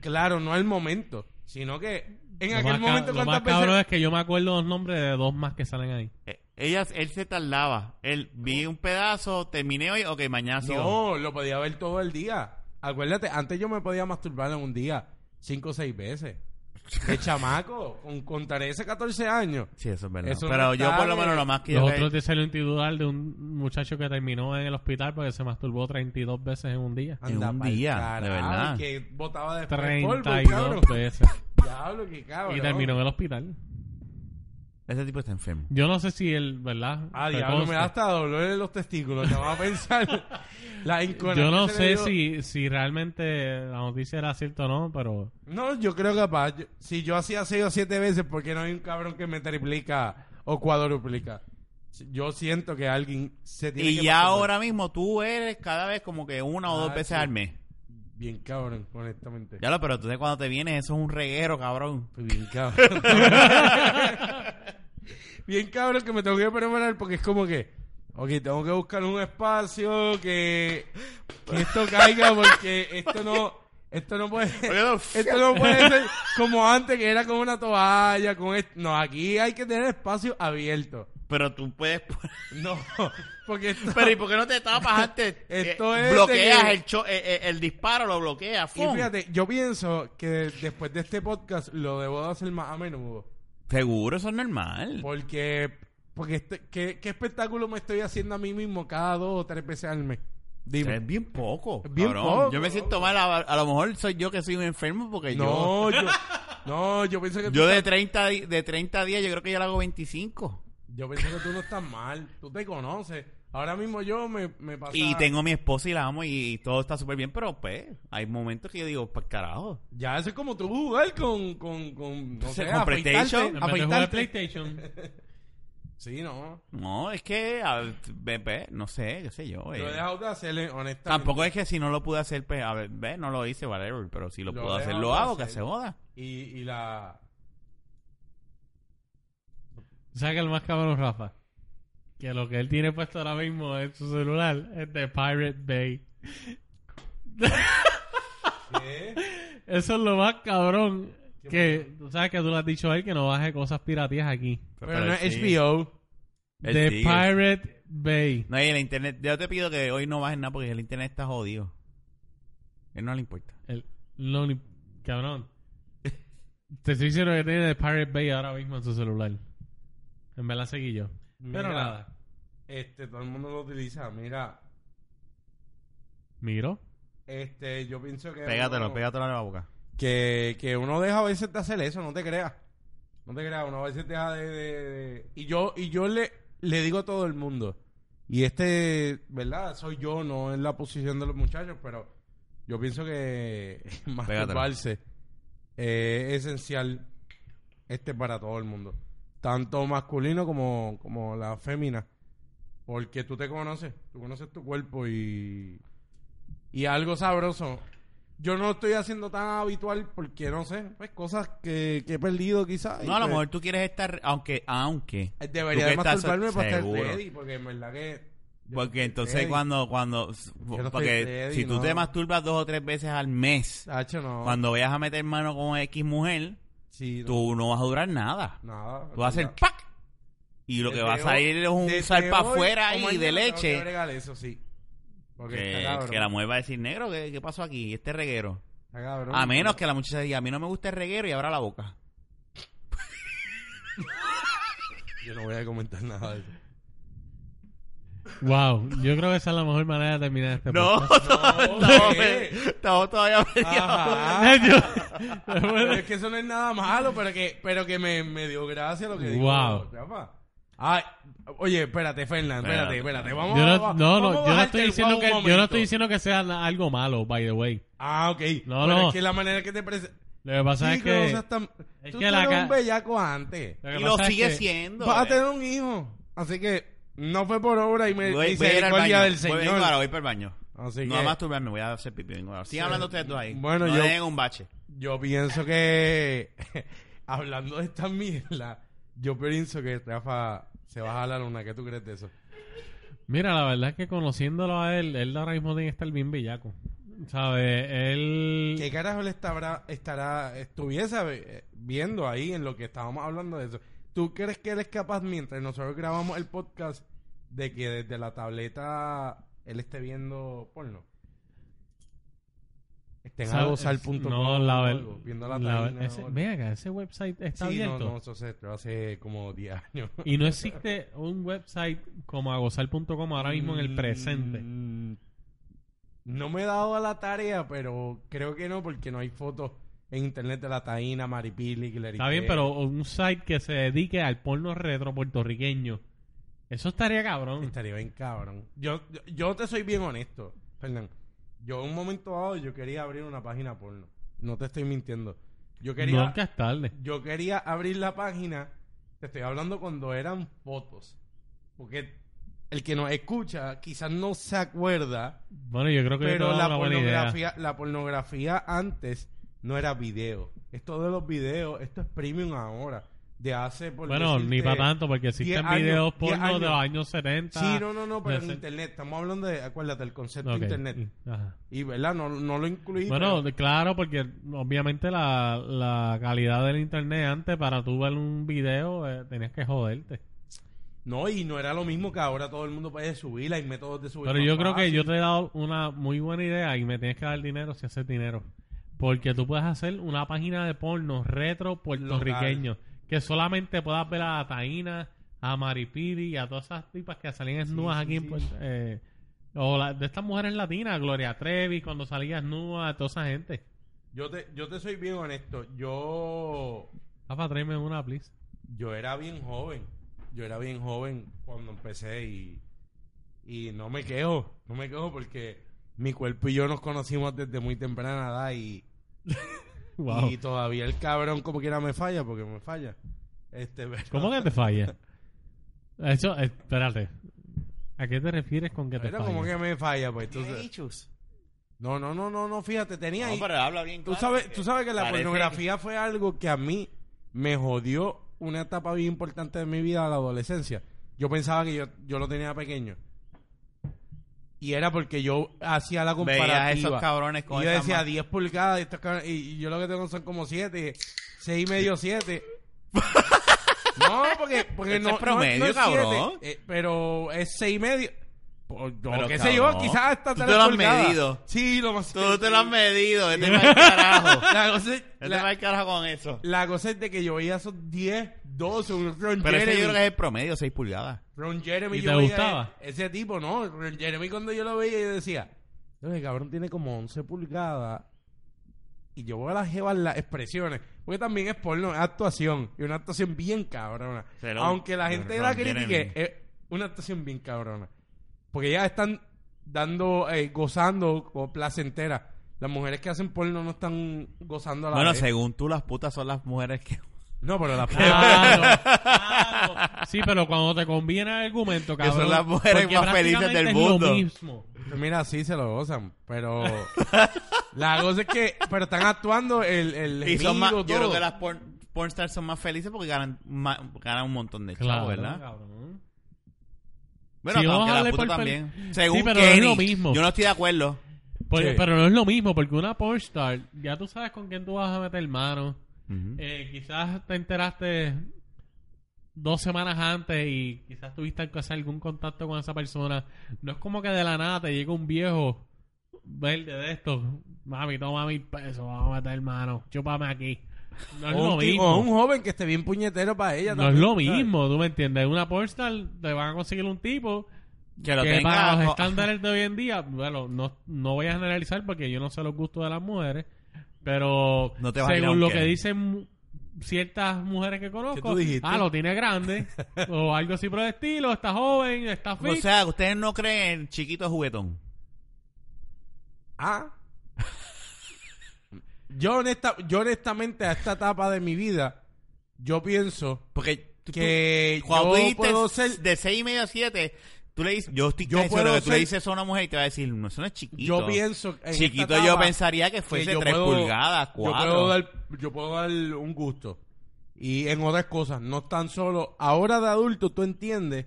Claro, no el momento, sino que en
Lo
aquel
más ca-
momento
lo más
cuántas veces...
cabrón es que yo me acuerdo los nombres de dos más que salen ahí.
Eh, Ella, él se tardaba. Él vi un pedazo, terminé hoy, ok, mañana sigo.
No, lo podía ver todo el día. Acuérdate, antes yo me podía masturbar en un día cinco o seis veces. El chamaco, con, con 13, 14 años.
Sí, eso es verdad.
Eso no
pero yo
está
por lo
bien.
menos lo más que
Los
yo
otros te salió un titular de un muchacho que terminó en el hospital porque se masturbó 32 veces en un día.
En un
pa'l
día, de verdad.
Que botaba después polvo,
32
cabrón. Ah,
veces.
Diablo, qué cabrón.
Y terminó en el hospital.
Ese tipo está enfermo.
Yo no sé si él, ¿verdad?
Ah,
Que
diablo, me
conste.
da hasta dolor en los testículos. Te vas a pensar. la incoherencia
Yo no
que
sé
le dio.
si, si realmente la noticia era cierta o no, pero
No, yo creo que capaz. yo- Si yo hacía seis o siete veces, porque no hay un cabrón que me triplica o cuadruplica? Si- Yo siento que alguien se tiene
Y
que
ya
masturbar.
ahora mismo tú eres cada vez como que una o dos
Ah,
veces
sí.
al mes.
Bien cabrón, honestamente.
Ya lo, pero entonces cuando te vienes, eso es un reguero, cabrón.
Pues Bien cabrón. bien cabrón que me tengo que preparar porque es como que. Ok, tengo que buscar un espacio que, que esto caiga porque esto no. Esto no puede. Esto no puede ser como antes, que era con una toalla, con esto. No, aquí hay que tener espacio abierto.
Pero tú puedes. poner-
No, porque esto-
Pero ¿y por qué no te tapas antes?
Esto
Eh,
es de
Bloqueas
que-
el, cho- eh, eh, el disparo, lo bloqueas.
Y
¡fum!
fíjate, yo pienso que después de este podcast lo debo de hacer más a menudo.
Seguro, eso es normal.
Porque, porque este- ¿qué, qué espectáculo me estoy haciendo a mí mismo cada dos o tres veces al mes? Dime.
Es bien poco.
Es bien
cabrón.
poco,
Yo me siento mal. A, a lo mejor soy yo que soy un enfermo porque Eh, yo.
No, yo, no, yo pienso que tú,
Yo de 30, di- de 30 días, yo creo que yo le hago 25.
yo pienso que tú no estás mal. Tú te conoces. Ahora mismo yo me, me pasa...
Y tengo mi esposa y la amo y todo está súper bien, pero pues hay momentos que yo digo, pues carajo.
Ya eso es como tú jugar con... con, con no
Pues,
sé,
con PlayStation.
afeitarte.
En vez de jugar
afeitarte.
PlayStation.
Sí, no.
No, es que, a ver, ve- ve, no sé, qué sé yo. eh.
Lo he dejado de hacer, eh, honestamente.
Tampoco es que si no lo pude hacer, pues, a ver, ve, no lo hice, whatever, pero si lo,
Lo
puedo
he
hacer,
dejado
lo
de
hago, que
hacer.
se joda.
Y, y la...
Saca el más cabrón, Rafa. Que lo que él tiene puesto ahora mismo en su celular es de Pirate Bay.
¿Qué?
Eso es lo más cabrón. Que tú sabes que tú le has dicho a él que no baje cosas piratías aquí.
Pero no es
sí.
HBO.
Él
de
sigue.
Pirate Bay.
No, y el internet, yo te pido que hoy no bajes nada porque el internet está jodido. A él no le importa.
El Lonely... Cabrón. Te estoy diciendo que tiene de Pirate Bay ahora mismo en su celular. En verdad seguí yo.
Mira,
Pero nada.
Este, todo el mundo lo utiliza. Mira,
Miro.
este, yo pienso que...
Pégatelo,
uno-
pégatelo a la boca.
Que, que uno deja a veces de hacer eso, no te creas. No te creas, uno a veces deja de... de- de- Y yo, y yo le, le digo a todo el mundo. Y este, ¿verdad? Soy yo, no en la posición de los muchachos, pero yo pienso que masturbarse eh, es esencial este para todo el mundo. Tanto masculino como, como la fémina. Porque tú te conoces, tú conoces tu cuerpo y, y algo sabroso. Yo no estoy haciendo tan habitual porque no sé, pues cosas que, que he perdido quizás. y
No, a lo
pues,
mejor tú quieres estar, aunque, aunque,
Debería
tú
de
que estás
masturbarme para estar
seguro.
ready, porque en verdad que... yo no
porque
estoy
entonces
ready.
cuando, cuando,
no
porque
estoy ready,
si tú te
no.
masturbas dos o tres veces al mes,
Tacho, no.
cuando vayas a meter mano con X mujer,
Sí, no.
tú no vas a durar nada.
Nada.
Tú vas a hacer
nada.
¡pac! Y lo que
Desde
va a
hoy-
salir es un
desde
salpa
hoy o
afuera y
mañana
de
tengo que
leche.
bregar eso, sí. Porque está
Que,
cabrón,
que la mujer va a decir, negro, ¿qué, qué pasó aquí? Este reguero.
está cabrón.
A menos que la muchacha diga, a mí no me gusta el reguero y abra la boca.
Yo no voy a comentar nada de eso.
Wow. Yo creo que esa es la mejor manera de terminar este
No,
podcast.
no,
¿qué?
estamos todavía
Ajá. Pero es que eso no es nada malo, pero que, pero que me, me dio gracia lo que dijo.
Wow.
Rafa. Ay, oye, espérate, Fernán, espérate,
Espérate.
espérate. Vamos
Yo
a-
no,
va-
no, no,
vamos a
yo no
bajarte
estoy
el
diciendo
guau
que,
un
yo no
momento.
estoy diciendo que sea na- algo malo, by the way.
Ah, ok. Pero
No, no.
es que la manera que te presentas.
Lo que pasa es que, es
Tú
que
eras
la ca-
un bellaco antes.
lo que
Y lo
pasa es
sigue
que-
siendo.
Vas a
eh.
tener un hijo. Así que no fue por obra y me
Voy, voy a ir al
misericordia
baño.
del
Voy,
Señor.
vengo ahora, voy para el baño.
Así
No
que
a masturbarme, voy a hacer pipí. vengo ahora. Sigan hablando ustedes dos ahí.
Bueno,
no
yo-
le den un bache.
yo pienso que hablando de esta mierda, yo pienso que Rafa se va a jalar una. ¿Qué tú crees de eso?
Mira, la verdad es que conociéndolo a él, él ahora mismo tiene que estar bien bellaco. ¿Sabes? Él...
¿Qué carajo le estará, estará, estuviese eh, viendo ahí en lo que estábamos hablando de eso? ¿Tú crees que él es capaz, mientras nosotros grabamos el podcast, de que desde la tableta él esté viendo porno? Estén a
¿sabes?
gozar.com
No, la
o
verdad...
algo, viendo la tableta.
Ve acá, ese website está
sí, no,
abierto.
no, eso se pero hace como 10 años.
Y no existe un website como agosal.com ahora mismo en el presente.
Mm, No me he dado a la tarea, pero creo que no, porque no hay fotos en internet de la taína, maripili, Clarice.
Está bien, pero un site que se dedique al porno retro puertorriqueño. Eso estaría cabrón.
Estaría bien cabrón. Yo, yo, yo te soy bien honesto, Fernán. Yo en un momento dado yo quería abrir una página porno. No te estoy mintiendo. Yo quería,
Nunca es tarde.
yo quería abrir la página. Te estoy hablando cuando eran fotos. Porque el que nos escucha quizás no se acuerda,
Bueno, yo creo que yo te
pero
voy a dar
la
una buena idea.
pornografía, la pornografía antes no era video. Esto de los videos, esto es premium ahora. De hace por
Bueno, ni
decirte,
para tanto, porque
10
existen
años,
videos
10
porno de los
años.
años 70.
Sí, no, no, no, pero en
Decen-
internet. Estamos hablando de, acuérdate, el concepto
Ok,
de internet.
ajá.
Y, ¿verdad? No, no lo incluí.
Bueno,
pero-
de- claro, porque obviamente la, la calidad del internet antes para tú ver un video eh, tenías que joderte.
no, y no era lo mismo que ahora todo el mundo puede subirla. Hay métodos de subirla.
Pero yo creo que yo te he dado una muy buena idea y me tienes que dar dinero si haces dinero. Porque tú puedes hacer una página de porno retro puertorriqueño que solamente puedas ver a Taína, a Maripiri y a todas esas tipas que salían desnudas
sí,
aquí en
sí.
Puerto eh, O la- de estas mujeres latinas, Gloria Trevi, cuando salía desnuda, toda esa gente.
Yo te, yo te soy bien honesto. Yo.
Rafa, tráeme una, please.
Yo era bien joven. Yo era bien joven cuando empecé y. Y no me quejo, no me quejo porque mi cuerpo y yo nos conocimos desde muy temprana edad y,
Wow.
y todavía el cabrón como quiera me falla porque me falla. Este, pero-
¿Cómo que te falla? Eso, eh, espérate. ¿A qué te refieres con que te
Pero como
falla?
que me falla, pues
¿Tiene
entonces...
issues?
No, no, no, no, no, fíjate, tenía
No,
ahí...
pero habla bien
Tú
claro,
sabes,
porque
tú sabes que la
parece
pornografía fue algo que a mí me jodió una etapa bien importante de mi vida, la adolescencia. Yo pensaba que yo, yo lo tenía pequeño. Y era porque yo hacía la
Veías
comparativa.
a esos cabrones con
y yo
esas
decía
ma-
10 pulgadas y, estos cabrones- y- y yo lo que tengo son como 7, 6 y medio, 7. no, porque, porque
Ese
no,
es promedio,
no- no es siete,
cabrón.
eh, pero es 6 y medio. O yo
Pero,
qué sé yo,
cabrón,
quizás hasta
tú
tres
te lo has
pulgadas.
medido.
Sí, lo más
Tú te lo has medido, este
Sí.
va al carajo.
La cosa es-
Este
la-
va al carajo con eso.
la cosa es de que yo veía esos 10, 12, un Ron
Pero ese
Jeremy.
yo creo que es el promedio, 6 pulgadas.
Ron Jeremy
¿Y
yo
te
veía e-,
gustaba?
Ese tipo, no. Ron Jeremy cuando yo lo veía yo decía, "No, el cabrón tiene como 11 pulgadas y yo veo a las jevas las expresiones. Porque también es porno, es actuación. Y una actuación bien cabrona.
Pero-
Aunque la gente
pero
la
Ron
critique,
Jeremy.
es una actuación bien cabrona. Porque ya están dando, eh, gozando o placentera. Las mujeres que hacen porno no están gozando a la
Bueno,
vez.
según tú, las putas son las mujeres que.
No, pero las
Claro, claro. Sí, pero cuando te conviene el argumento,
Que son
cabrón.
las mujeres
porque
más felices del
prácticamente es
mundo.
Lo mismo.
Pues Mira, sí se lo gozan, pero la cosa es que, pero están actuando el, el
Y son
gemido,
más, yo
todo.
creo que las porn, pornstars son más felices porque ganan, más- ganan un montón de
Claro,
chavos, ¿verdad?
cabrón.
Bueno,
Sí,
aunque
vamos a
las
hablar
putas
por pel-
también. Según
Sí, pero no es
Kenny,
lo mismo.
yo no estoy de acuerdo.
Por-
Sí.
Pues, Pero no es lo mismo, porque una pornstar, ya tú sabes con quién tú vas a meter mano. Eh, quizás te enteraste dos semanas antes y quizás tuviste que hacer algún contacto con esa persona. No es como que de la nada te llega un viejo verde de estos. Mami, toma mil pesos, vamos a meter mano. Chúpame aquí. No es
O
lo
un, ti- o
mismo.
un joven que esté bien puñetero para ella.
No es
también,
lo
¿sabes?
mismo, tú me entiendes. En Una pornstar te van a conseguir un tipo
Que lo
que para los
tenga.
estándares de hoy en día, bueno, no, no voy a generalizar porque yo no sé los gustos de las mujeres, pero
No te vas a ir a
según
un
lo
Ken.
que dicen mu- ciertas mujeres que conozco,
tú dijiste?
ah, lo tiene grande, o algo así por el estilo, está joven, está fit.
o sea, ustedes no creen en chiquito juguetón.
Ah. Yo, honesta, yo honestamente a esta etapa de mi vida, yo pienso
Porque tú-
que
tú- cuando tú
yo
dijiste
puedo ser...
de 6 y medio a 7, tú le dices, yo estoy
Yo
casi seguro
puedo
que tú le
ser-
dices eso a una mujer y te va a decir, no, eso no es chiquito.
Yo pienso... en
Chiquito
esta
yo
etapa
pensaría que
que
fuese
yo
3
puedo-
pulgadas,
Yo puedo,
4.
dar, yo puedo dar un gusto. Y en otras cosas, no tan solo. Ahora de adulto, tú entiendes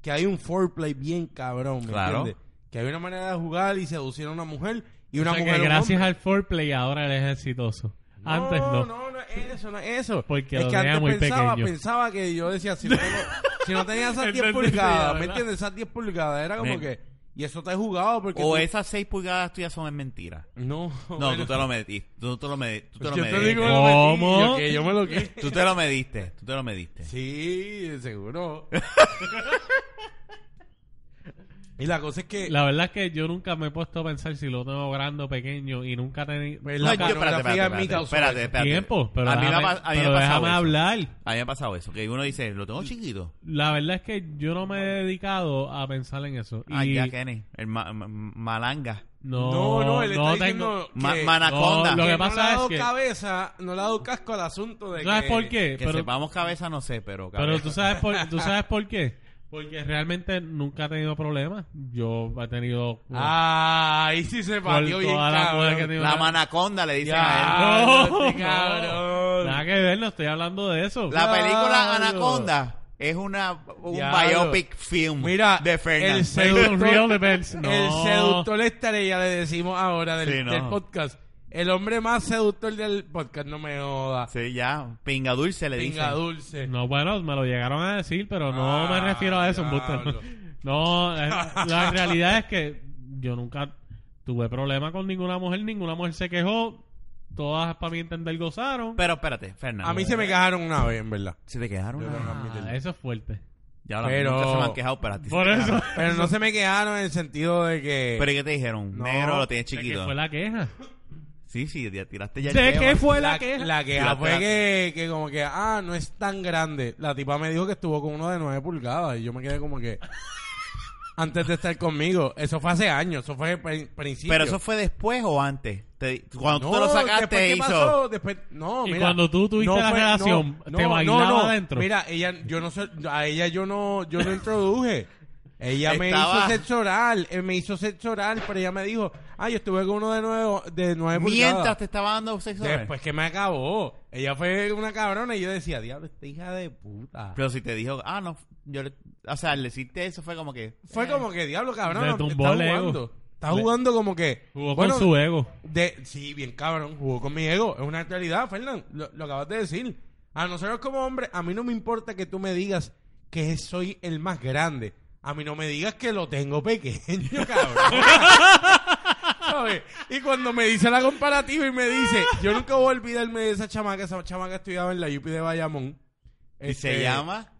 que hay un foreplay bien cabrón, ¿me
Claro.
entiendes? Que hay una manera de jugar y seducir a una mujer y una
O sea que
mujer. a un
gracias
hombre.
al foreplay ahora eres exitoso. Antes no.
No, no, no es eso, no es eso.
Porque
es
lo
que
tenía
antes
muy
pensaba,
pequeño.
pensaba que yo decía, si no, tengo- si no tenía esas 10
Entendí,
pulgadas, ¿me
¿verdad?
entiendes? Esas 10 pulgadas, era como
Me-
que. Y eso te he jugado porque.
O
tú-
esas 6 pulgadas tuyas son mentiras.
No,
No, tú te lo mediste. Tú te lo mediste. Tú te lo
Yo te
mediste.
digo, lo metí,
¿Cómo?
yo que yo me lo que.
Tú te lo mediste. Tú te lo mediste.
Sí, seguro. y la cosa es que
La verdad es que yo nunca me he puesto a pensar si lo tengo grande o pequeño y nunca he tenido
Pues,
No,
la
yo- espérate,
pornografía
espérate,
a mí
espérate,
causó
espérate,
eso.
espérate.
tiempo. Pero
a mí me ha
déjame,
pas- a mí me ha
pero
pasado
déjame
eso.
hablar.
A mí me ha pasado eso, que uno dice, lo tengo chiquito.
La verdad es que yo no me he dedicado a pensar en eso.
Ah,
y
ya, Kenny. El ma- ma- malanga.
No,
No, no, él está
tengo-
diciendo
Ma-
que,
manaconda.
que
No, lo que
no le ha
pasa
dado
es que-
cabeza, no le ha dado casco al asunto de
¿Sabes
que...
por qué?
Que
pero,
sepamos cabeza, no sé, pero
pero
cabeza.
tú sabes por, tú sabes por qué. Porque realmente nunca he tenido problemas. Yo he tenido...
Ah, ahí sí se
Por
partió bien
toda la mujer que
cabrón.
tiene-
La manaconda le dicen a él.
Ya,
No,
no, este
no.
cabrón.
Nada que ver, no estoy hablando de eso.
La película
Diablo.
Anaconda es una un
Diablo.
biopic film
Mira,
de
el
Fernández.
seductor-
Real events, no.
El seductor estrella le decimos ahora del,
Sí, no.
del podcast. El hombre más seductor del podcast, no me joda.
Sí, ya, pinga dulce le
Pinga
dicen.
dulce.
No, bueno, me lo llegaron a decir, pero no
Ah,
me refiero a eso.
diablo.
embuste. No, eh, la realidad es que yo nunca tuve problema con ninguna mujer. Ninguna mujer se quejó. Todas, para mi entender, gozaron.
Pero espérate, Fernando.
A mí se me quejaron una vez, en verdad.
¿Se te quedaron.
Yo tengo que
Ah,
admitirlo.
Ah, eso es fuerte.
ya lo-
Pero-
nunca se me han quejado, pero a ti se
Por
te
eso.
quedaron.
Pero no se me quejaron en el sentido de que...
Pero ¿y ¿qué te dijeron?
No,
Negro lo tienes
¿De qué
chiquito.
fue la queja?
Sí, sí, ya tiraste ya el
¿De
tema.
qué fue la, queja?
La queja
La
fue
tra-
que, que como que, ah, no es tan grande. La tipa me dijo que estuvo con uno de 9 pulgadas y yo me quedé como que... antes de estar conmigo. Eso fue hace años, eso fue al principio.
Pero eso fue después o antes. Te- cuando tú te lo
No, después,
sacaste, e
¿qué
hizo.
pasó? Después- no,
Y
mira,
cuando tú tuviste la relación, ¿te bailaba adentro?
Mira, ella, yo no sé- a ella yo no, yo no introduje. Ella me
Estaba-
hizo sexo oral, eh, me hizo sexo oral, pero ella me dijo, ah, yo estuve con uno de nueve, de nueve
Mientras
pulgadas".
te estaba dando sexo. oral.
Después que me acabó. Ella fue una cabrona y yo decía, diablo, esta hija de puta.
Pero si te dijo, ah, no, yo le- o sea, le hiciste eso, fue como que,
Fue como que, diablo, cabrón,
eh, Le
no,
tumbó
está
el ego.
jugando. Está
Le-
jugando como que...
Jugó
bueno,
con su ego.
De, sí, bien cabrón, jugó con mi ego. Es una realidad, Fernán. Lo, lo acabas de decir. A nosotros como hombres, a mí no me importa que tú me digas que soy el más grande. A mí no me digas que lo tengo pequeño, cabrón. ¿Sabes? Y cuando me dice la comparativa y me dice, yo nunca voy a olvidarme de esa chamaca, esa chamaca estudiaba en la UP de Bayamón.
y se
Este,
llama,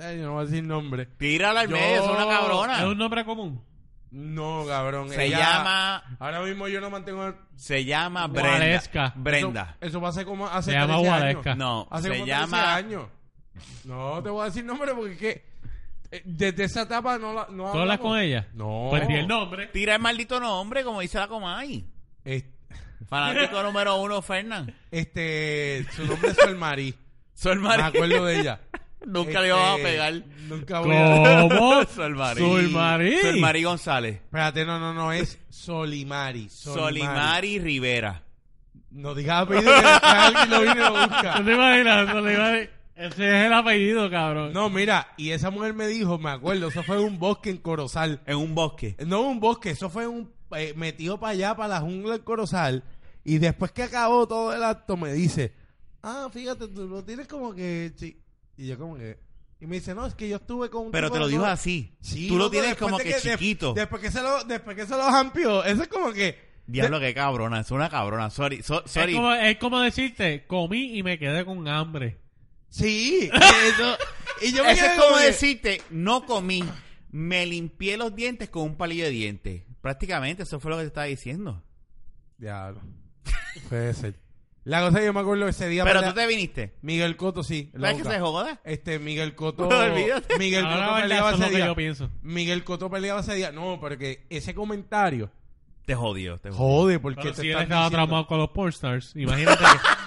ay, yo no voy a decir nombre.
tírala al
Yo-
medio, es una
Es un
cabrona.
nombre común.
No, cabrón.
Se
ella-
llama,
Ahora mismo yo no mantengo. el-
se llama Brenda.
Gualesca.
Brenda.
Eso, eso va a ser como hace
Se llama
13
Gualesca.
años.
No,
Hace
se
como 13
llama,
años. No te voy a decir nombre porque es que eh, desde esa etapa no la no
¿Tú hablas
hablamos.
con ella?
No.
Pues di el nombre.
tira el maldito nombre, como dice la Comay.
Es-
Fanático número uno, Fernán.
este, su nombre es Sol Marí.
Sol
Me
Mari.
acuerdo de ella.
Nunca
Este,
le vamos a pegar.
Nunca voy a
¿Cómo?
Sol Mari.
Solmarí.
Sol Mari González.
Espérate, no, no, no, es Solimari. Solimari.
Solimari Rivera.
No digas apellido que después alguien lo viene y lo busca.
No te imaginas, no te imaginas. Ese es el apellido, cabrón.
No, mira, y esa mujer me dijo, me acuerdo, eso fue en un bosque en Corozal.
En un bosque.
No un bosque, eso fue un eh, metido para allá, para la jungla del Corozal. Y después que acabó todo el acto, me dice, ah, fíjate, tú lo tienes como que... chi-". Y yo como que... Y me dice, no, es que yo estuve con un...
Pero
tipo
te lo
de
dijo
todo-".
así.
Sí,
Tú lo
loco,
tienes
después
como
de
que
de-
chiquito.
después que se lo, después que se lo jampió, eso es como que...
Diablo, que cabrona. Es una cabrona. Sorry. so-
es,
sorry.
como, es como decirte, comí y me quedé con hambre.
Sí, eso... Y yo me
Eso es
quedé
como
que-
decirte, no comí, me limpié los dientes con un palillo de dientes. Prácticamente eso fue lo que te estaba diciendo.
Diablo. Puede ser. La cosa que yo me acuerdo ese día...
Pero
¿verdad?
tú te viniste.
Miguel Coto, sí. la
¿Sabes que
boca.
se joda?
Este, Miguel Coto.
Olvídate.
Miguel
Ahora
Coto
verdad,
peleaba
eso es
ese
lo que
día.
yo pienso.
Miguel Coto peleaba ese día. No, porque ese comentario.
Te jodió, te jodió.
Jode, porque
Pero
te
si él
están
estaba
diciendo-
traumado con los pornstars, imagínate que...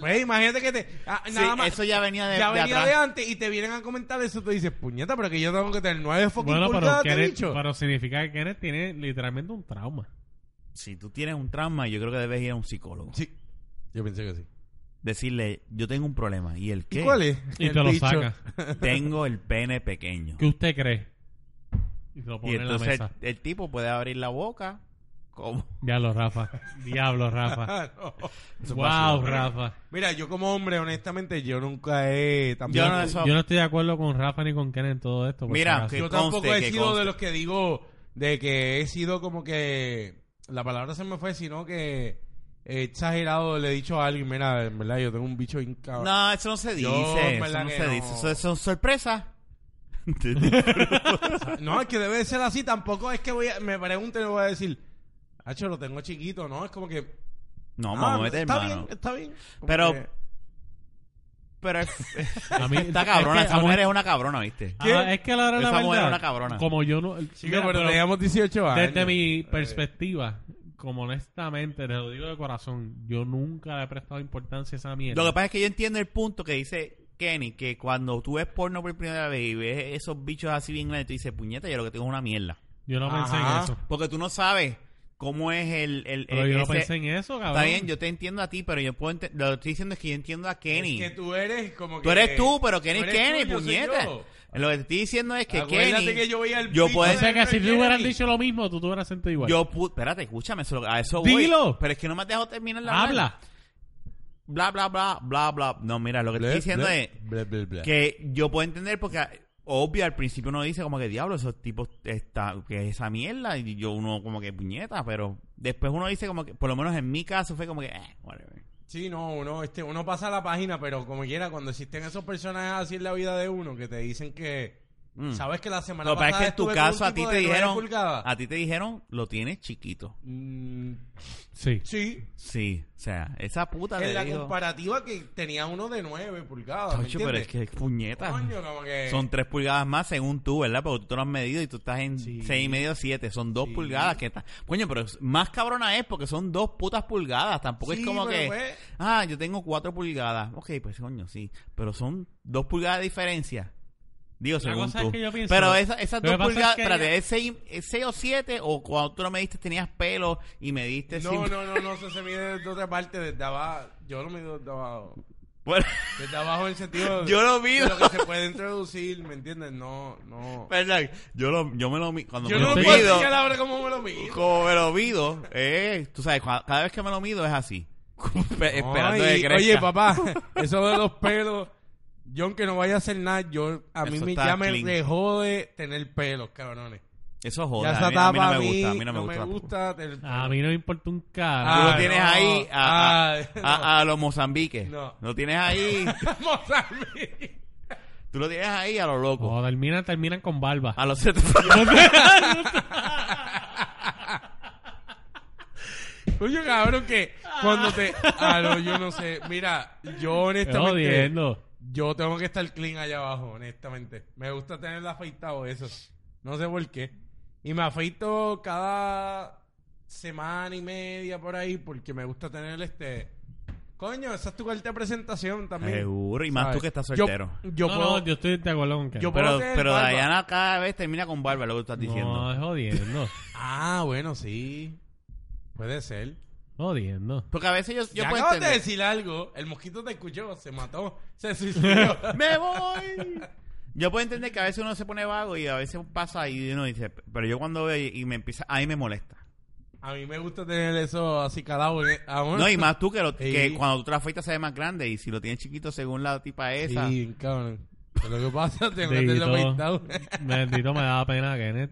Güey, imagínate que te. ah,
Sí,
nada más.
eso ya venía de,
ya
de
venía
atrás.
de antes y te vienen a comentar eso. Tú dices, puñeta, pero que yo tengo que tener nueve fucking
bueno, pero
pulgadas, te he
Kenneth,
dicho.
pero significa que Kenneth tiene literalmente un trauma.
Si tú tienes un trauma, yo creo que debes ir a un psicólogo.
Sí. Yo pensé que sí.
Decirle, yo tengo un problema. ¿Y el qué?
¿Y cuál es?
Y
El
te lo
bicho.
saca.
Tengo el pene pequeño.
¿Qué usted cree? Y te lo pone
Y
en la
entonces el,
mesa.
el tipo puede abrir la boca. como
Diablo, Rafa. Diablo, Rafa.
Ah, no.
wow, Rafa.
Mira, yo como hombre, honestamente, yo nunca he. tampoco-
Yo no eso-
Yo no estoy de acuerdo con Rafa ni con Kenneth en todo esto. por
Mira,
si acaso.
que-
Yo tampoco
conste,
he
que
sido
conste.
de los que digo de que he sido como que la palabra se me fue, sino que he exagerado le he dicho a alguien, mira, en verdad yo tengo un bicho bien cabrón.
No, eso no se dice.
Yo, en
eso
verdad
no
que
se
no.
dice. Eso son sorpresas.
No, es que debe de ser así, tampoco es que voy a, me pregunten y voy a decir, "Hacho, lo tengo chiquito", no, es como que
no,
"Ah,
vamos a meter
está
mano.
bien, está bien. Como
Pero-
que-
Pero es,
A mí-
está cabrona,
es que-
esa mujer es una cabrona, ¿viste?
Ah,
¿Qué?
es que la hora de la
Esa mujer
verdad,
es una cabrona.
Como yo no...
Chico,
Mira,
pero
pero
teníamos 18 años. Eh,
desde mi perspectiva, como honestamente, te lo digo de corazón, yo nunca le he prestado importancia a esa mierda.
Lo que pasa es que yo entiendo el punto que dice Kenny, que cuando tú ves porno por primera vez y ves esos bichos así bien grandes, tú dices, puñeta, yo lo que tengo es una mierda.
Yo no pensé
Ajá.
en eso.
Porque tú no sabes cómo es el... el,
Pero
el-
yo no
E, ese-
pensé en eso, cabrón.
Está bien, yo te entiendo a ti, pero yo puedo ente- lo que estoy diciendo es que yo entiendo a Kenny.
Es que tú eres como que
Tú eres tú, pero Kenny es
eres
Kenny,
tú, yo soy
puñeta.
yo.
Lo que te estoy diciendo es que
Acuérdate
Kenny...
que yo veía el
yo
bicho
puedo-
de
O sea que si
Kenny.
tú hubieras dicho lo mismo, tú te hubieras sentido igual.
Yo pu- espérate, escúchame, eso- a eso voy.
Dilo.
Pero es que no me has dejado terminar la
Habla.
Bla, bla, bla, bla, bla. No, mira, lo que te
Ble,
estoy diciendo
ble,
es
ble, ble, ble.
que yo puedo entender porque obvio al principio uno dice como que diablo esos tipos está que es esa mierda y yo uno como que puñeta pero después uno dice como que por lo menos en mi caso fue como que eh, whatever.
Sí, no, uno, este, uno pasa la página, pero como quiera, cuando existen esos personajes así en la vida de uno que te dicen que,
Mm.
¿Sabes que la semana
Lo que pasa es
pasada
que en tu
estuve con un
caso a
tipo
ti te
de nueve
dijeron-
pulgadas?
A ti te dijeron, lo tienes chiquito.
Mm,
Sí.
sí,
Sí, o sea, esa puta
en
le
la
dijo...
comparativa que tenía uno de 9 pulgadas. ¿me
"Chacho, pero es
entiendes?
que puñeta.
Coño, como que-
Son tres pulgadas más según tú, ¿verdad? Porque tú te lo has medido y tú estás en
Sí.
seis y medio, siete. Son dos
Sí.
pulgadas que está... Coño, pero es- más cabrona es porque son dos putas pulgadas. Tampoco
Sí,
es como
pero
que...
pues-
Ah, yo tengo cuatro pulgadas. Ok, pues coño, sí. Pero son dos pulgadas de diferencia. Digo, según
cosa
tú.
es que yo pienso-
Pero esa- esas
Lo
dos
que pasa es
pulgadas...
que
espérate,
ella-
¿es seis, es seis o siete? ¿O cuando tú lo mediste tenías pelo y mediste
No,
sin-
no, no, no, eso se mide de otra parte, desde abajo. Yo lo mido desde abajo.
Bueno,
Desde abajo en el sentido de,
yo lo
de
mido.
lo que se puede introducir, ¿me entiendes? No, no.
Perdón, yo, lo, yo me lo mi- cuando
Yo
me
no
lo
puedo
mido,
explicar ahora cómo me lo mido.
como me lo mido, eh, tú sabes, cua- cada vez que me lo mido es así. Espe- esperando
Ay,
que crezca.
Oye, papá, eso de los pelos. Yo, aunque no vaya a hacer nada, yo a mí
Eso
me,
está
ya me
clean.
dejó de tener pelos, cabrones.
Eso joda,
ya
a
esa
mí, a
tapa
mí no me gusta, a mí no me gusta.
el pelo.
A mí no me importa un
Tú
carajo.
lo
Ah,
tienes
no,
ahí a, a,
ah, no.
a- a los Mozambique.
No.
Lo tienes ahí,
Vamos a mí.
tú lo tienes ahí a lo loco. Ah,
O terminan, terminan con barba.
A los 70.
Coño, cabrón, que cuando te... Ah, no, yo no sé. Mira, yo
Estoy
honestamente...
jodiendo.
Yo tengo que estar clean allá abajo, honestamente. Me gusta tenerla afeitado, eso. No sé por qué. Y me afeito cada semana y media por ahí porque me gusta tener este... Coño, esa es tu carta de presentación también.
Seguro, y más
¿sabes?
tú que estás
Yo-
soltero.
Yo,
no,
puedo...
no, yo estoy de acuerdo con que.
Yo-
pero
puedo tener
pero
barba.
Diana cada vez termina con barba, lo que tú estás
No,
diciendo.
es jodiendo.
Ah, bueno, sí. Puede ser.
jodiendo.
Porque a veces yo, yo
ya
puedo
acabas de
entender.
decir algo. El mosquito te escuchó, se mató, se suicidó.
¡Me voy! Yo puedo entender que a veces uno se pone vago y a veces pasa y uno dice, pero yo cuando veo y me empieza, ahí me molesta.
A mí me gusta tener eso así calado. ¿eh? Ah, bueno.
No, y más tú que, lo- que
Sí.
cuando tú te lo afeitas se ve más grande y si lo tienes chiquito según la tipa esa.
Sí, cabrón. Pero Lo que pasa, tengo que tenerlo
Bendito,
afeitado.
bendito, me da pena, Kenneth.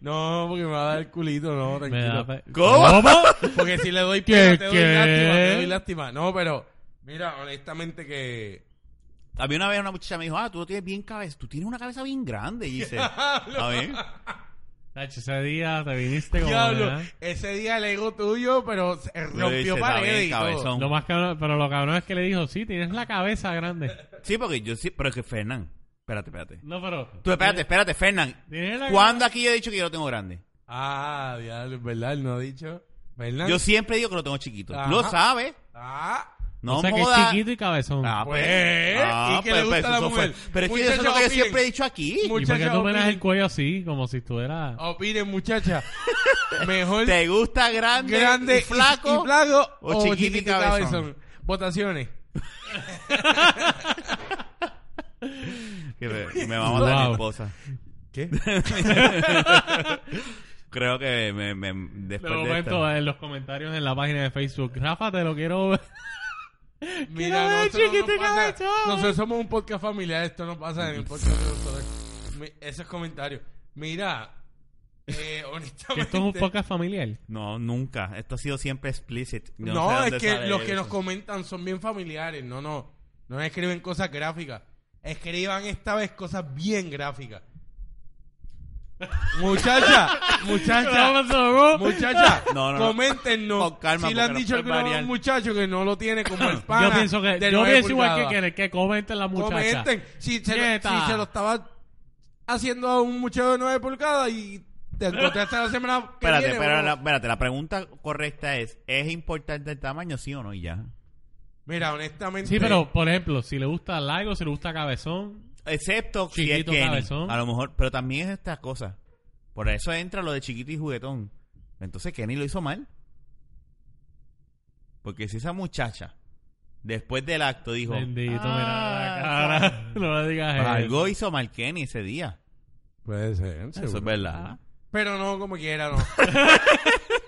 No, porque me va a dar el culito, no,
Me da
tranquilo.
pena.
¿Cómo?
Porque si le doy
¿Qué,
pena, te doy
qué?
lástima, te doy lástima. No, pero, mira, honestamente que...
A mí una vez una muchacha me dijo, ah, tú lo tienes bien cabeza, tú tienes una cabeza bien grande, dice. A ver.
Tacho, ese día te viniste como.
Diablo,
¿verdad?
ese día el ego tuyo, pero se
dice,
rompió
¿eh? está
pared
bien,
y todo.
cabezón.
Lo más cabrón, pero lo cabrón es que le dijo, sí, tienes la cabeza grande.
Sí, porque yo sí, pero es que Fernán, espérate, espérate.
No, pero.
Tú, espérate, espérate, Fernán.
Tienes la
¿Cuándo aquí yo he dicho que yo lo tengo grande?
Ah, diablo, es verdad, él no ha dicho. ¿Verdad?
Yo siempre digo que lo tengo chiquito. Tú lo
Ajá.
sabes.
Ah,
No
o sea, que es
moda.
chiquito y cabezón.
Ah, pues,
pues, ¿y qué le gusta a la
eso fue-
mujer?
Pero es que eso
Muchachos,
es lo que yo
opinen.
siempre he dicho aquí.
Mu-
¿Y por qué
muchacha,
tú me das
opinen.
el cuello así, como si estuvieras.
opinen, muchacha. Mejor
¿Te gusta grande,
grande
y flaco?
y, flaco
o
o,
chiquito y
chiquito y
cabezón?
cabezón. Votaciones.
Que me, me va a matar mi
Wow.
esposa.
¿Qué?
Creo que me, me-
De
después de esto-
momento, en los comentarios en la página de Facebook, Rafa, te lo quiero ver.
Mira,
Quiero ver
nosotros,
chiquito y
no pasa-
cabezón.
nosotros somos un podcast familiar, esto no pasa en el podcast de nosotros. Mi- Esos comentarios. Mira, eh,
Que
honestamente...
esto es un podcast familiar.
No, nunca. Esto ha sido siempre explicit. Yo
No,
sé dónde
es que
sale
los que
eso.
nos comentan son bien familiares, no, no. No escriben cosas gráficas. Escriban esta vez cosas bien gráficas. Muchacha, muchacha, muchacha,
No, no, no.
coméntenos
Oh,
Con calma,
si le han
porque
dicho
no
a
puedes variar.
algún muchacho que no lo tiene como el pana
Yo pienso que.
de
Yo
nueve
pienso igual que
pulgadas.
Kenneth, que comenten la muchacha.
Comenten si se, lo,
Nieta.
si se lo estaba haciendo a un muchacho de 9 pulgadas y te encontraste la semana que
Espérate,
viene,
pero
bro.
la, espérate, la pregunta correcta es, ¿es importante el tamaño, sí o no? Y ya.
Mira, honestamente...
Sí, pero por ejemplo, si le gusta largo, si le gusta cabezón.
Excepto si es
Chiquito,
Kenny.
cabezón.
A lo mejor, pero también es esta cosa. Por eso entra lo de chiquito y juguetón. Entonces Kenny lo hizo mal. Porque si esa muchacha, después del acto, dijo...
Bendito,
"Ah,
mira la cara. No le digas eso.
Algo hizo mal Kenny ese día.
Puede ser,
Eso
seguro.
es verdad.
Pero no como quiera, no.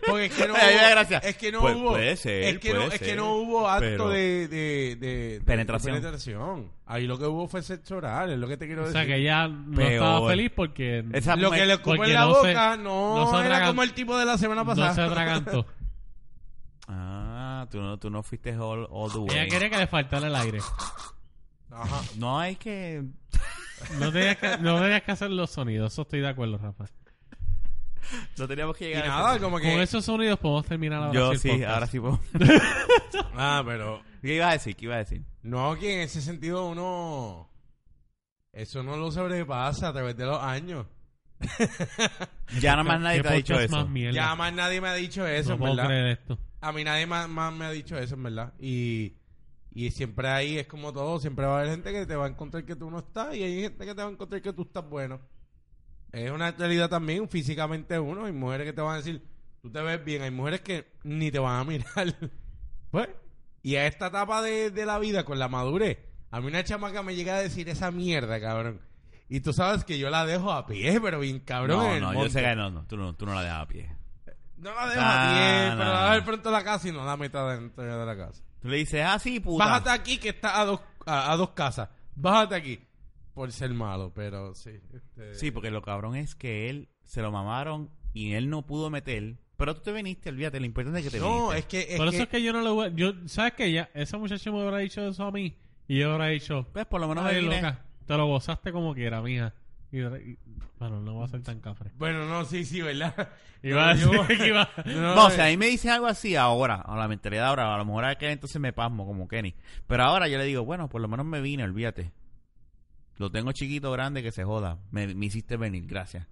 Porque es que no
Me da
hubo,
gracia.
es que no
Pues,
hubo,
puede ser,
es que no,
puede
es que
ser,
no hubo acto
pero-
de, de- de- de-
Penetración.
de penetración. Ahí lo que hubo fue sexo oral, es lo que te quiero
O
decir.
sea, que ella no
Peor.
estaba feliz porque.
Esa
lo
mujer-
que le ocupó
porque
en la
no se-
boca no,
no se
era
atragan-
como el tipo de la semana pasada.
No se atragantó.
Ah, tú no, tú no fuiste all, all the way.
Ella quería que le faltara el aire.
Ajá.
No, es que...
No tenías, que, no tenías que hacer los sonidos, eso estoy de acuerdo, Rafa.
No teníamos que
Y
llegar a
nada,
eso.
como
Con
que...
esos sonidos podemos terminar ahora.
Yo
el
sí,
podcast.
ahora sí puedo.
Ah, pero...
¿Qué iba a decir? ¿Qué iba a decir?
No, que en ese sentido uno... Eso no lo sobrepasa a través de los años.
Ya nada más
¿Qué-
nadie
qué
te ha dicho
podcast
eso.
más mierda?
Ya más nadie me ha dicho eso,
no
en
puedo
¿verdad?
creer esto.
A mí nadie más, más me ha dicho eso, en verdad. Y, y siempre ahí es como todo. Siempre va a haber gente que te va a encontrar que tú no estás y hay gente que te va a encontrar que tú estás bueno. Es una realidad también físicamente uno. Hay mujeres que te van a decir, tú te ves bien. Hay mujeres que ni te van a mirar. pues, y a esta etapa de, de la vida, con la madurez, a mí una chamaca me llega a decir esa mierda, cabrón. Y tú sabes que yo la dejo a pie, pero bien cabrón. en
No,
el
no, yo
monte.
sé que no, no, tú no, tú no la dejas a pie.
No la dejo
Ah,
a pie, pero
no.
la dejo pronto a la casa y no la meta dentro de la casa.
Tú le dices, ah, sí, puta.
Bájate aquí que está a dos, a, a dos casas. Bájate aquí. Por ser malo, pero sí. este,
Sí, porque lo cabrón es que él se lo mamaron y él no pudo meter. Pero tú te viniste, olvídate, lo importante es que te
no,
viniste.
es que. Es
Por eso
que-
es que yo no lo voy a- yo ¿Sabes qué? Ya, esa muchacha me habrá dicho eso a mí y yo habrá dicho,
Pues por lo menos me
"Ay,
vine.
loca, te lo gozaste como quiera, mija. Y, y- bueno, no voy a ser tan cafre.
Bueno, no, sí, sí, ¿verdad?
Iba a
No, eh.
decir que iba...
yo-
No, o sea, a mí me dicen algo así ahora, a la mentalidad de ahora, a lo mejor a aquel entonces me pasmo como Kenny. Pero ahora yo le digo, bueno, por lo menos me vine, olvídate. Lo tengo chiquito, grande, que se joda. Me, me hiciste venir, gracias.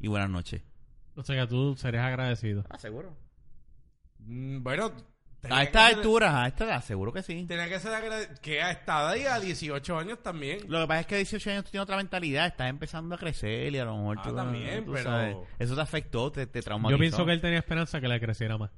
Y buenas noches.
O sea que tú serías agradecido.
Ah, seguro.
Mm, Bueno.
A
tenía que
estas
ser-
alturas, a esta edad, seguro que sí.
Tenía que ser agrade- que a esta edad y a 18 años también.
Lo que pasa es que a 18 años tú tienes otra mentalidad, estás empezando a crecer y a lo mejor
Ah,
tú
también,
tú
pero-
sabes, eso te afectó, te, te traumatizó.
Yo pienso que él tenía esperanza que le creciera más.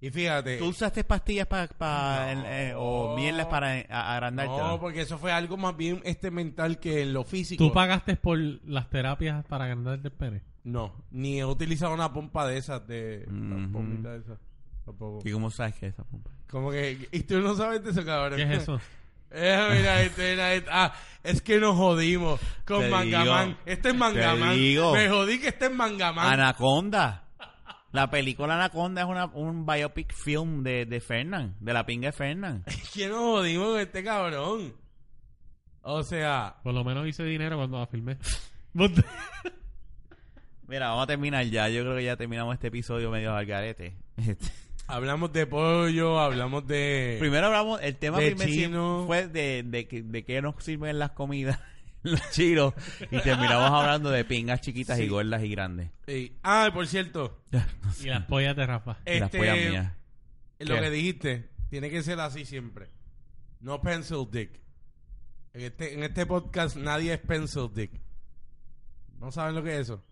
Y fíjate.
¿Tú usaste pastillas para
Eh. No.
eh, o mierdas para eh, a- agrandarte?
no, porque eso fue algo más bien este mental que en lo físico.
¿Tú pagaste por las terapias para agrandarte el pene?
No, ni he utilizado una pompa de esas, de la
Ujú.
pompita de esas. Tampoco.
¿Y cómo sabes que eso?
Como que, y tú no sabes de eso, cabrón.
¿Qué es eso?
Eh, mira esto, mira esto. Ah, es que nos jodimos
Te
con
digo,
Mangamán. Este
te
es Mangamán.
digo.
Me jodí que este es Mangamán.
Anaconda. La película Anaconda es una, un biopic film de, de Fernan, de la pinga de Fernan.
¿Qué nos jodimos con este cabrón? O sea,
Por lo menos hice dinero cuando la filmé.
Mira, vamos a terminar ya. Yo creo que ya terminamos este episodio medio al garete. Este,
hablamos de pollo, hablamos de...
Primero hablamos, el tema
De
primero sí
chino.
fue de, de, que- de qué nos sirven las comidas, los chiros, y terminamos hablando de pingas chiquitas y
Sí.
gordas y grandes.
Eh, ah, por cierto,
y las pollas de Rafa.
Y las
este,
pollas mías.
lo
¿Qué?
que dijiste, tiene que ser así siempre. No pencil dick. En este, en este podcast nadie es pencil dick. ¿No saben lo que es eso?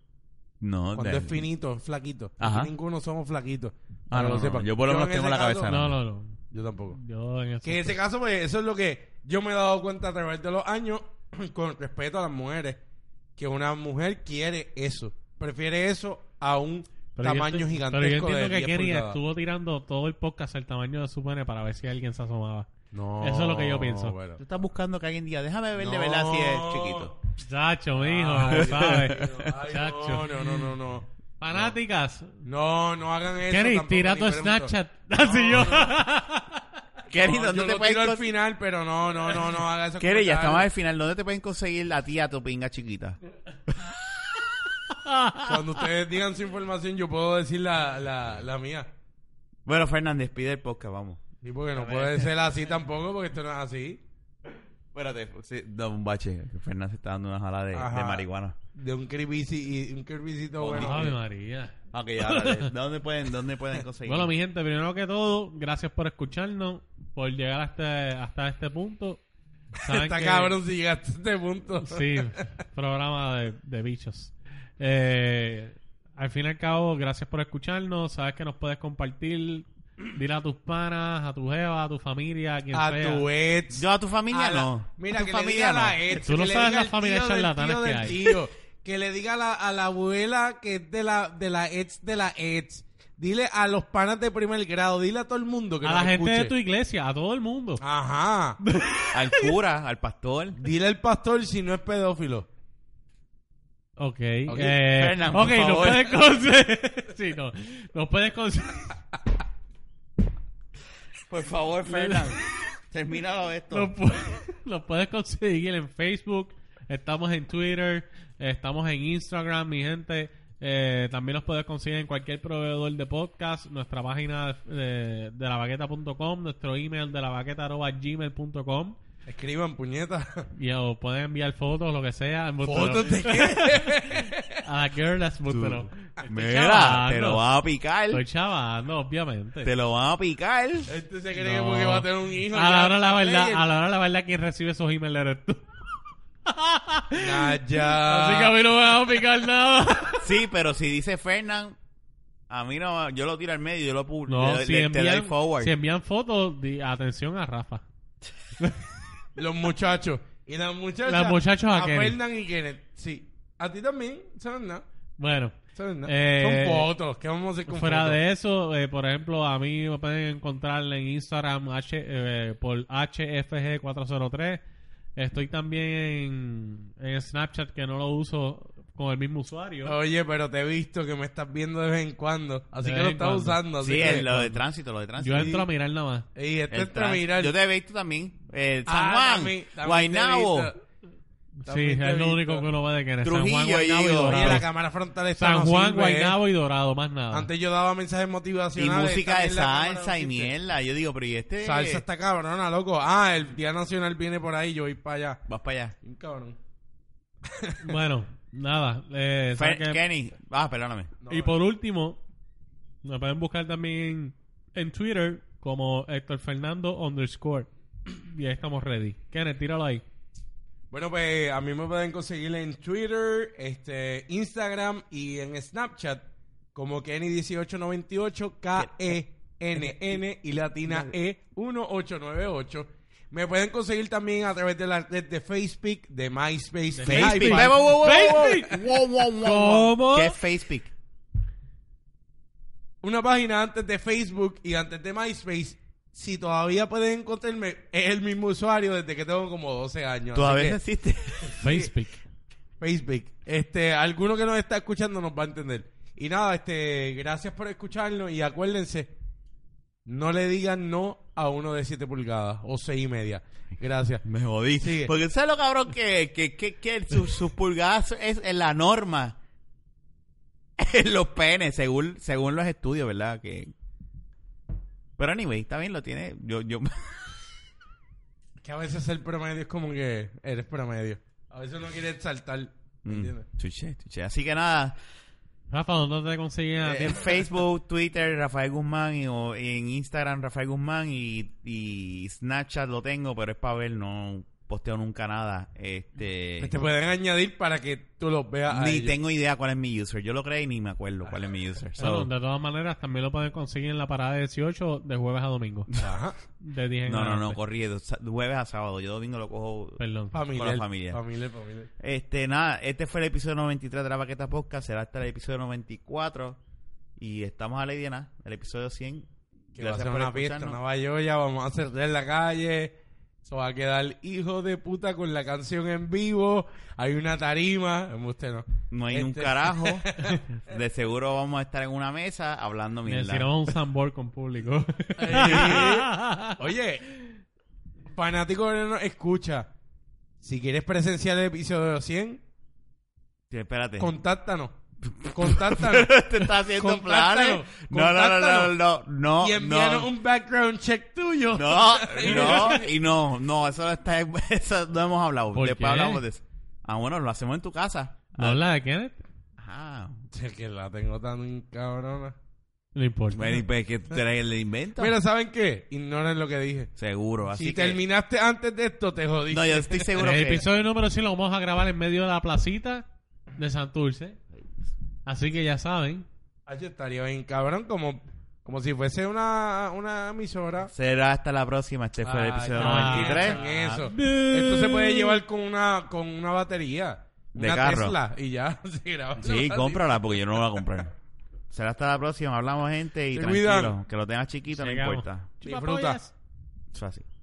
No,
Cuando
de-
es finito, es flaquito.
Ajá.
Ninguno somos flaquitos.
Ah, no, no,
Para que lo
no.
sepan.
Yo por lo menos
en ese
tengo la
caso-
cabeza
No, no, no.
Yo tampoco.
Yo en eso.
Que en ese caso, pues, eso es lo que yo me he dado cuenta a través de los años, con respeto a las mujeres, que una mujer quiere eso. Prefiere eso a un
Pero yo
tamaño
enti-
gigantesco
Pero yo entiendo
de 10
que Kenny
pulgadas.
estuvo tirando todo el podcast al tamaño de su pene para ver si alguien se asomaba.
No,
Eso es lo que yo pienso.
bueno.
Tú estás buscando que alguien diga, déjame ver de
No. Ah,
verdad si es chiquito.
Chacho, mijo,
Ay,
¿sabes?
Dios mío. Ay,
Chacho.
No, no, no, no, no.
Fanáticas.
No, no hagan eso.
Kenny,
tampoco,
tira
ni
tu
pregunto.
Snapchat. Así yo.
Kerry,
No,
¿dónde
yo
te
lo
puedes
tiro
cons-
al final, pero no, no, no, no haga eso.
Kerry, ya estamos al final. ¿Dónde te pueden conseguir la tía tu pinga chiquita?
Cuando ustedes digan su información, yo puedo decir la, la, la mía.
Bueno, Fernández, pide el podcast, vamos.
Sí, porque no puede ser así tampoco, porque esto no es así.
Espérate, sí, da un bache. que Fernández se está dando una jala de,
pues, Ajá.
de marihuana.
De un cribici y un cribicito
Ave
bueno. eh,
María.
Ok, ya, dale. ¿Dónde pueden, dónde pueden conseguir?
Bueno, mi gente, primero que todo, gracias por escucharnos, por llegar hasta, hasta este punto. Saben
Está
que-
cabrón si llegaste a este punto.
Sí, programa de, de bichos. Eh, al fin y al cabo, gracias por escucharnos. Sabes que nos puedes compartir. Dile a tus panas, a tu jeva, a tu familia, a quien
A
sea.
tu ex.
Yo a tu familia
A la-
no. a
Mira,
tu
que
familia
le diga a la E. ex.
Tú
que
no
le
sabes
diga
la
al
familia
tío del
charlatanes
tío
que
del
hay.
tío, que le diga a la, a la abuela que es de la, de la ex de la ex. Dile a los panas de primer grado. Dile a todo el mundo que
a
nos
la gente de
escuche. Ah.
tu iglesia, a todo el mundo.
Ajá.
Al cura, al pastor.
Dile al pastor si no es pedófilo.
Ok.
Ok,
eh,
Fernan, por
ok, nos
favor.
puedes conseguir. sí, no. Nos puedes conseguir.
Por favor, Fernández. Termínalo esto.
nos pu- los puedes conseguir en Facebook, estamos en Twitter, estamos en Instagram, mi gente. Eh, también los puedes conseguir en cualquier proveedor de podcast, nuestra página de, de lavaqueta.com, nuestro email de lavaqueta.gmail.com.
Escriban puñetas.
Y o pueden enviar fotos, lo que sea. embustero.
¿Fotos de qué?
A la girl, that's embustero. Estoy
Mira,
chavando,
te lo van a picar.
Estoy chavando, obviamente.
Te lo van a picar.
Este se cree
No.
que porque va a tener un hijo.
A la
ya,
hora la verdad,
leyes.
a la hora la verdad quien recibe esos emails eres tú.
Ya, ya.
Así que a mí no me vas a picar nada.
Sí, pero si dice Fernán, a mí no, yo lo tiro al medio, yo lo pu-
No,
le-
si,
le- te doy
envían,
forward.
si envían fotos, di- atención a Rafa.
Los muchachos. Y las muchachas.
Las muchachas a
a
Kenneth.
Fernan y Kenneth. Sí. A ti también. Saben nada.
Bueno,
Saben nada.
Eh,
Son fotos. ¿Qué vamos a hacer con
fuera
fotos?
de eso, eh, por ejemplo, a mí me pueden encontrar en Instagram H, eh, por HFG403. Estoy también en, en Snapchat, que no lo uso con el mismo usuario.
Oye, pero te he visto que me estás viendo de vez en cuando. Así
De
que
vez
lo
en
estás
cuando.
usando. Así
sí,
que-
es lo de tránsito, lo de tránsito.
Yo entro a mirar nada más.
Y esto
El
es
tránsito.
mirar.
Yo te he visto también. Eh, San
Ah,
Juan,
también- también te he
Guaynabo,
visto.
Sí,
También te he
es lo único
visto.
que uno ve de que es San
Trujillo
Juan,
he
Guaynabo y
ido.
Oye, la
Dorado.
cámara frontal está
San
no
Juan,
sirve, ¿eh?
Guaynabo y Dorado, más nada.
Antes yo daba mensajes
y
motivacionales.
música de
también la cámara
salsa
no
y
sirve.
mierda. Yo digo, pero ¿y este?
Salsa está cabrona, loco. Ah, el Día Nacional viene por ahí, yo voy para allá.
Vas para allá.
Bien cabrón.
Bueno, nada. eh,
Fer-
saquen-
Kenny, ah, perdóname.
No,
y por último, me pueden buscar también en Twitter como Héctor Fernando underscore. Y ahí estamos ready. Kenneth, tíralo ahí.
Bueno, pues a mí me pueden conseguir en Twitter, este, Instagram y en Snapchat como Kenny1898, K-E-N-N y latina E E1898. Me pueden conseguir también a través de la red de Facebook, de MySpace, de,
Facebook.
iPad.
Ve, wow, wow, wow,
Facebook.
wow, wow, wow, wow.
¿Cómo?
¿Qué es Facebook?
Una página antes de Facebook y antes de MySpace. Si todavía pueden encontrarme, es el mismo usuario desde que tengo como 12 años.
Todavía
Así
no
que-
existe.
Facebook.
Facebook. Este, alguno que nos está escuchando nos va a entender. Y nada, este, gracias por escucharnos y acuérdense, no le digan no a uno de 7 pulgadas o 6 y media. Gracias.
Me jodí. Pues-
Sigue.
Porque ¿sabes lo cabrón que, que, que, que sus sus pulgadas es en la norma? En los penes, según, según los estudios, ¿verdad? Que... Pero anyway, está bien, lo tiene. Yo, yo...
Que a veces el promedio es como que eres promedio. A veces uno quiere saltar. ¿me
Mm,
entiendes?
Chuché, chuché. Así que nada,
Rafa, ¿dónde te consiguen a
eh,
ti?
en Facebook, Twitter, Rafael Guzmán, y, o en Instagram, Rafael Guzmán, y, y Snapchat lo tengo, pero es para ver, no posteo nunca nada. Este,
Te pueden añadir para que tú los veas. a
ni
ellos.
tengo idea cuál es mi user. Yo lo creé y ni me acuerdo cuál es mi user. So-
Bueno, de todas maneras, también lo pueden conseguir en la parada 18 de jueves a domingo.
Ajá.
De 10 en
No, no, no,
adelante.
corrí de sa- de jueves a sábado. Yo domingo lo cojo.
Perdón.
Familiar,
Con la familia.
Familiar, familiar.
Este, nada, este fue el episodio 93 de la Paqueta Podcast. Será hasta el episodio 94. Y estamos a la idea, de nada, el episodio 100.
Que va a ser una fiesta, una bayolla, vamos a cerrar la calle. Eso va a quedar hijo de puta con la canción en vivo. Hay una tarima. Em, Usted no.
No hay un
Este-
carajo. De seguro vamos a estar en una mesa hablando mierda.
Necesitamos un sandboard con público.
Oye, fanático que no nos escucha. Si quieres presenciar el episodio 100,
Sí, espérate.
contáctanos. Contáctanos.
¿Te estás haciendo planes?
Contáctanos,
No, no, no, no, no,
y
no,
envíanos
no.
un background check tuyo.
No, no, y no, no, eso no está, eso no hemos hablado.
¿Por
Después
qué?
hablamos de eso. Ah, bueno, lo hacemos en tu casa.
¿No habla de Kenneth?
Ah,
Es que la tengo tan cabrona.
No importa.
bueno, y pues que tú eres el invento.
Mira, ¿saben qué? Ignoren lo que dije.
seguro, así
si
que...
terminaste antes de esto, te jodiste.
No, yo estoy seguro
El
que...
episodio número 100 lo vamos a grabar en medio de la placita de Santurce. Así que ya saben.
Ay, yo estaría bien cabrón, como, como si fuese una, una emisora.
Será hasta la próxima, este fue el
Ay,
episodio
Ah, no
93.
piensen en eso.
Ah.
Esto se puede llevar con una, con una batería.
De
una
carro.
Tesla, y ya. se graba.
Sí, cómprala porque yo no la voy a comprar. Será hasta la próxima, hablamos gente y
Se
tranquilo,
cuidan.
que lo tengas chiquito, no
Llegamos.
importa.
Disfruta.
Chupapollas.
Eso es así.